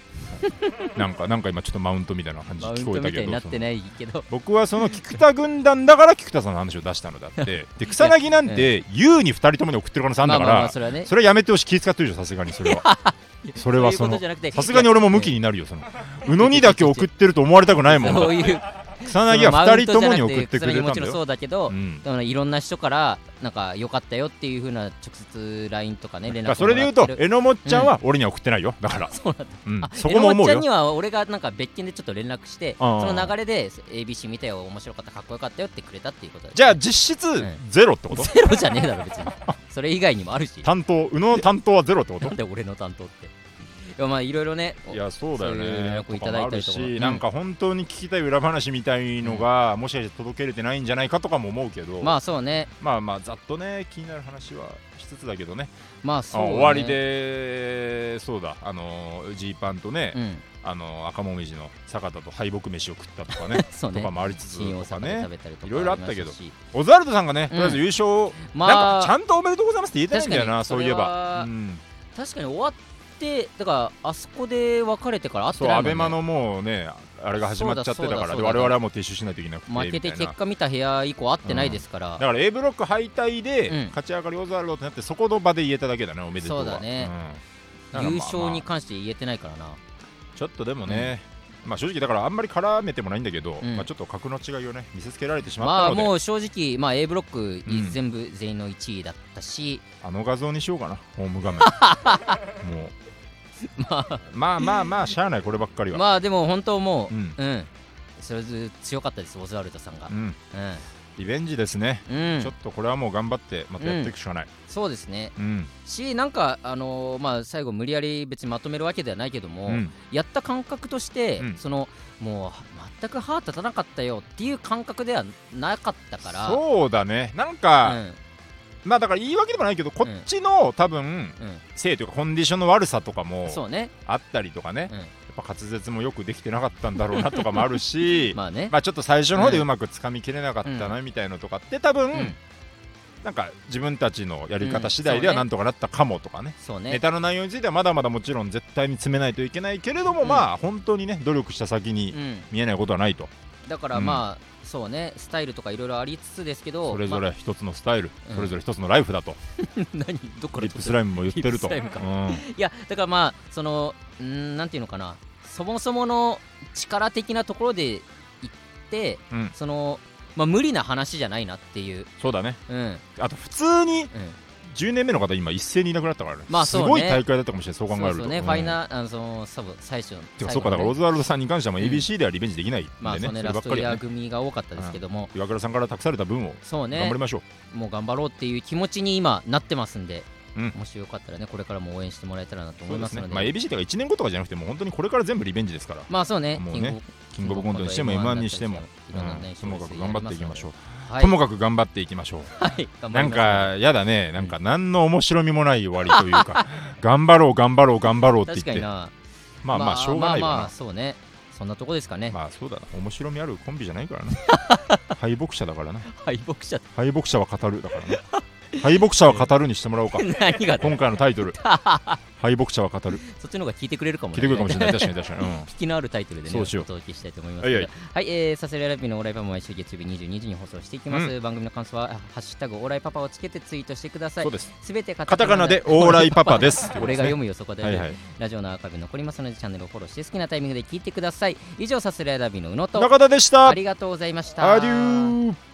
Speaker 2: なんかなんか今ちょっとマウントみたいな感じ
Speaker 1: マウ
Speaker 2: 聞
Speaker 1: ン
Speaker 2: こえ
Speaker 1: ト
Speaker 2: た
Speaker 1: みた
Speaker 2: け
Speaker 1: いに
Speaker 2: ど
Speaker 1: なってないけど
Speaker 2: その僕はその菊田軍団だから菊田さんの話を出したのだって
Speaker 1: *laughs*
Speaker 2: で草薙なんて優に2人ともに送ってる可能性あるんだから、
Speaker 1: それはね
Speaker 2: それはやめてほしい気遣ってるでしょさすがに
Speaker 1: *laughs*
Speaker 2: それはそれはそ
Speaker 1: そういうこと
Speaker 2: の
Speaker 1: じゃなくて
Speaker 2: さすがに俺も向きになるよその宇野にだけ送ってると思われたくないもん
Speaker 1: そういう
Speaker 2: 草薙は2人ともに送ってくれたん
Speaker 1: も
Speaker 2: だ
Speaker 1: ちろん
Speaker 2: よ
Speaker 1: そうだけど、
Speaker 2: うん
Speaker 1: だからいろんな人からなんか良かったよっていう風な直接 LINE とかね連絡
Speaker 2: だからそれで言うと
Speaker 1: もらってる
Speaker 2: えのもっちゃんは俺には送ってないよだから
Speaker 1: そうなんだ
Speaker 2: うん
Speaker 1: あ
Speaker 2: そこも思う
Speaker 1: えのもっちゃん
Speaker 2: よ
Speaker 1: には俺がなんか別件でちょっと連絡して
Speaker 2: ああ
Speaker 1: その流れで ABC 見たよ面白かったかっこよかったよってくれたっていうことだ
Speaker 2: じゃあ実質
Speaker 1: ん
Speaker 2: ゼロってこと
Speaker 1: ゼロじゃねえだろ別にそれ以外にもあるし
Speaker 2: 担当宇野の担当はゼロってこ
Speaker 1: *laughs* な
Speaker 2: と
Speaker 1: んで俺の担当っていやまあいろいろね
Speaker 2: *laughs* いやそうだよね
Speaker 1: そういう連絡をいただいたりとかも
Speaker 2: ある
Speaker 1: うん
Speaker 2: しなんか本当に聞きたい裏話みたいのが、もしかして届けれてないんじゃないかとかも思うけど、
Speaker 1: まあそうね
Speaker 2: まあまあざっとね気になる話はしつつだけどね
Speaker 1: まあそう
Speaker 2: あ
Speaker 1: ね、
Speaker 2: 終わりでそうだあのジーパンとね、
Speaker 1: うん
Speaker 2: あの赤もみじの坂田と敗北飯を食ったとかね
Speaker 1: *laughs* そう
Speaker 2: と
Speaker 1: ね
Speaker 2: かもありつつ
Speaker 1: 新
Speaker 2: と
Speaker 1: 大
Speaker 2: か
Speaker 1: 阪で
Speaker 2: ね
Speaker 1: 食べたりとか
Speaker 2: いろいろあったけど
Speaker 1: りましたし
Speaker 2: オズワルドさんがね、とりあえず優勝を、
Speaker 1: ま
Speaker 2: なんかち
Speaker 1: あ
Speaker 2: ゃんとおめでとうございますって言えてないんだよな
Speaker 1: 確か
Speaker 2: そ
Speaker 1: に
Speaker 2: ういえば、
Speaker 1: それは
Speaker 2: うん
Speaker 1: 確かに終わっってだからあそこで別れてから会って
Speaker 2: そう、
Speaker 1: ない
Speaker 2: ア
Speaker 1: もんね
Speaker 2: ベマのもうね、あれが始まっちゃってた
Speaker 1: そう
Speaker 2: か
Speaker 1: だ
Speaker 2: ら、
Speaker 1: そ
Speaker 2: で
Speaker 1: うだそうだ
Speaker 2: 我々はもう撤収しないといけなくて、
Speaker 1: 負けて
Speaker 2: みたい
Speaker 1: 結
Speaker 2: な
Speaker 1: 果見た部屋以降会ってないですから、
Speaker 2: だから A ブロック敗退で
Speaker 1: うん
Speaker 2: 勝ち上がりオズワルドってなって、そこの場で言えただけだね、おめでとうは
Speaker 1: そうだね
Speaker 2: うんだからまあ
Speaker 1: 優勝に関して言えてないからな、
Speaker 2: ちょっとでもね、まあ正直だからあんまり絡めてもないんだけど、
Speaker 1: うん
Speaker 2: まあちょっと格の違いをね見せつけられてし
Speaker 1: ま
Speaker 2: まった
Speaker 1: あ
Speaker 2: ので、
Speaker 1: もう正直、まあ、A ブロックに
Speaker 2: うん
Speaker 1: 全部全員の1位だったし、
Speaker 2: あの画像にしようかなホー
Speaker 1: *laughs*
Speaker 2: ム画面もう
Speaker 1: まあ、
Speaker 2: まあまあまあしゃあないこればっかりは、
Speaker 1: まあでも本当もう、
Speaker 2: う
Speaker 1: うんんそれずつ強かったですオズワルドさんが
Speaker 2: うん、
Speaker 1: う
Speaker 2: リベンジですね、
Speaker 1: ん、うん
Speaker 2: ちょっとこれはもう頑張ってまたやっていくしかない、
Speaker 1: そうですね
Speaker 2: うん
Speaker 1: しなんか、あのーまあ、最後無理やり別にまとめるわけではないけども、
Speaker 2: うん
Speaker 1: やった感覚として、
Speaker 2: うん
Speaker 1: そのもう全く歯立たなかったよっていう感覚ではなかったから
Speaker 2: そうだねなんか、
Speaker 1: うん
Speaker 2: まあだから言い訳でもないけどこっちの多分
Speaker 1: うん
Speaker 2: 性というかコンディションの悪さとかも
Speaker 1: そうね、
Speaker 2: あったりとかね、
Speaker 1: うん
Speaker 2: やっぱ滑舌もよくできてなかったんだろうなとかもある
Speaker 1: *laughs*
Speaker 2: し
Speaker 1: まあね、
Speaker 2: まあちょっと最初の方でうまくつかみきれなかったなみたいなのとかって多分、
Speaker 1: うん
Speaker 2: なんか自分たちのやり方次
Speaker 1: うん
Speaker 2: 第で
Speaker 1: そう
Speaker 2: は
Speaker 1: ね
Speaker 2: なんとかなったかもとかね,、
Speaker 1: そうね
Speaker 2: ネタの内容についてはまだまだもちろん絶対に詰めないといけないけれども、
Speaker 1: うん
Speaker 2: まあ本当にね努力した先
Speaker 1: う
Speaker 2: に
Speaker 1: ん、
Speaker 2: 見えないことはないと、
Speaker 1: だから
Speaker 2: うん
Speaker 1: まあ、そうねスタイルとかいろいろありつつですけど
Speaker 2: それぞ
Speaker 1: ま
Speaker 2: れ一つのスタイル、
Speaker 1: うん
Speaker 2: それぞれ一つのライフだと、
Speaker 1: あ *laughs* 何どこから
Speaker 2: リップスライムも言ってると
Speaker 1: リップスライ
Speaker 2: うん
Speaker 1: いやだからまあそのうーんなんていうのかなそもそもの力的なところでいって、
Speaker 2: うん
Speaker 1: その、まあ、無理な話じゃないなっていう、
Speaker 2: そうだね
Speaker 1: うんうん、
Speaker 2: あと普通に10年目の方今一斉にいなくなったからね,、
Speaker 1: まあ
Speaker 2: す
Speaker 1: そうね
Speaker 2: ごい大会だったかもしれないそう考えると
Speaker 1: そうそうね、
Speaker 2: うん
Speaker 1: ファイナーあのそのサブ最初の
Speaker 2: てか
Speaker 1: 最
Speaker 2: そう
Speaker 1: 後の
Speaker 2: かだからオ
Speaker 1: ね
Speaker 2: ズワルドさんに関してはもう
Speaker 1: うん
Speaker 2: ABC ではリベンジできないんでね,、
Speaker 1: まあそうね
Speaker 2: それ
Speaker 1: ラ
Speaker 2: ばっ
Speaker 1: ス
Speaker 2: か
Speaker 1: ト
Speaker 2: り
Speaker 1: イ
Speaker 2: は
Speaker 1: ヤー
Speaker 2: ね
Speaker 1: 組が多かったですけども、
Speaker 2: 岩倉さんから託された分を
Speaker 1: そう
Speaker 2: 頑
Speaker 1: ね
Speaker 2: 張りましょう、
Speaker 1: もう頑張ろうっていう気持ちに今なってますんで、
Speaker 2: うん
Speaker 1: もしよかったらねこれからも応援してもらえたらなと
Speaker 2: そ
Speaker 1: 思
Speaker 2: う
Speaker 1: い
Speaker 2: で
Speaker 1: ますすの
Speaker 2: ね
Speaker 1: で
Speaker 2: まあ ABC とか1年後とかじゃなくてもう本当にこれから全部リベンジですから
Speaker 1: まあそうね
Speaker 2: もう
Speaker 1: キ
Speaker 2: ね
Speaker 1: ング
Speaker 2: キングオブコントにしても
Speaker 1: M1
Speaker 2: M1 にしても
Speaker 1: だっ、
Speaker 2: う
Speaker 1: たりし
Speaker 2: ん
Speaker 1: て
Speaker 2: と
Speaker 1: も
Speaker 2: も
Speaker 1: いろ
Speaker 2: か
Speaker 1: んなね
Speaker 2: く頑張っていきましょう、
Speaker 1: はい
Speaker 2: ともかく頑張っていきましょう、 *laughs*
Speaker 1: はい頑張
Speaker 2: な
Speaker 1: り
Speaker 2: ん
Speaker 1: ます
Speaker 2: かやだねなんか何の面白みもない終わりというか頑張ろう頑張ろう頑張ろうって
Speaker 1: 確
Speaker 2: 言っ
Speaker 1: か
Speaker 2: て
Speaker 1: にな
Speaker 2: まあまあしょうがない
Speaker 1: ま
Speaker 2: よな、
Speaker 1: あ
Speaker 2: ま
Speaker 1: まあ
Speaker 2: あ
Speaker 1: そうねそんなとこですかね、
Speaker 2: そうだな面白みあるコンビじゃな
Speaker 1: *laughs*
Speaker 2: いからな敗北者だからな
Speaker 1: 敗北者って
Speaker 2: 敗北者は語るだからな敗北者は語るにしてもらおうか
Speaker 1: *laughs* 何が
Speaker 2: 今回のタイ
Speaker 1: *laughs*
Speaker 2: トル敗北者は語る
Speaker 1: そっちの方が聞いてくれるかも
Speaker 2: 聞いてくるかもしれない
Speaker 1: 引
Speaker 2: 確かに確かに、うん
Speaker 1: きのあるタイトルでね
Speaker 2: そうしよう
Speaker 1: お届けしたいと思います
Speaker 2: はいはい
Speaker 1: はい、えー、サスレラピーのオーライパパも毎週月曜日22時に放送していきます、番組の感想は「ハッシュタグオーライパパ」をつけてツイートしてください
Speaker 2: そうです
Speaker 1: すべてカ
Speaker 2: カタカナでオーライパパです
Speaker 1: 俺が読むよ *laughs* そこで、
Speaker 2: はいはい
Speaker 1: ラジオのアーカイブ残りますのでチャンネルをフォローして好きなタイミングで聞いてください以上サスレラビーの宇野と
Speaker 2: 中田でした
Speaker 1: ありがとうございました
Speaker 2: アデュー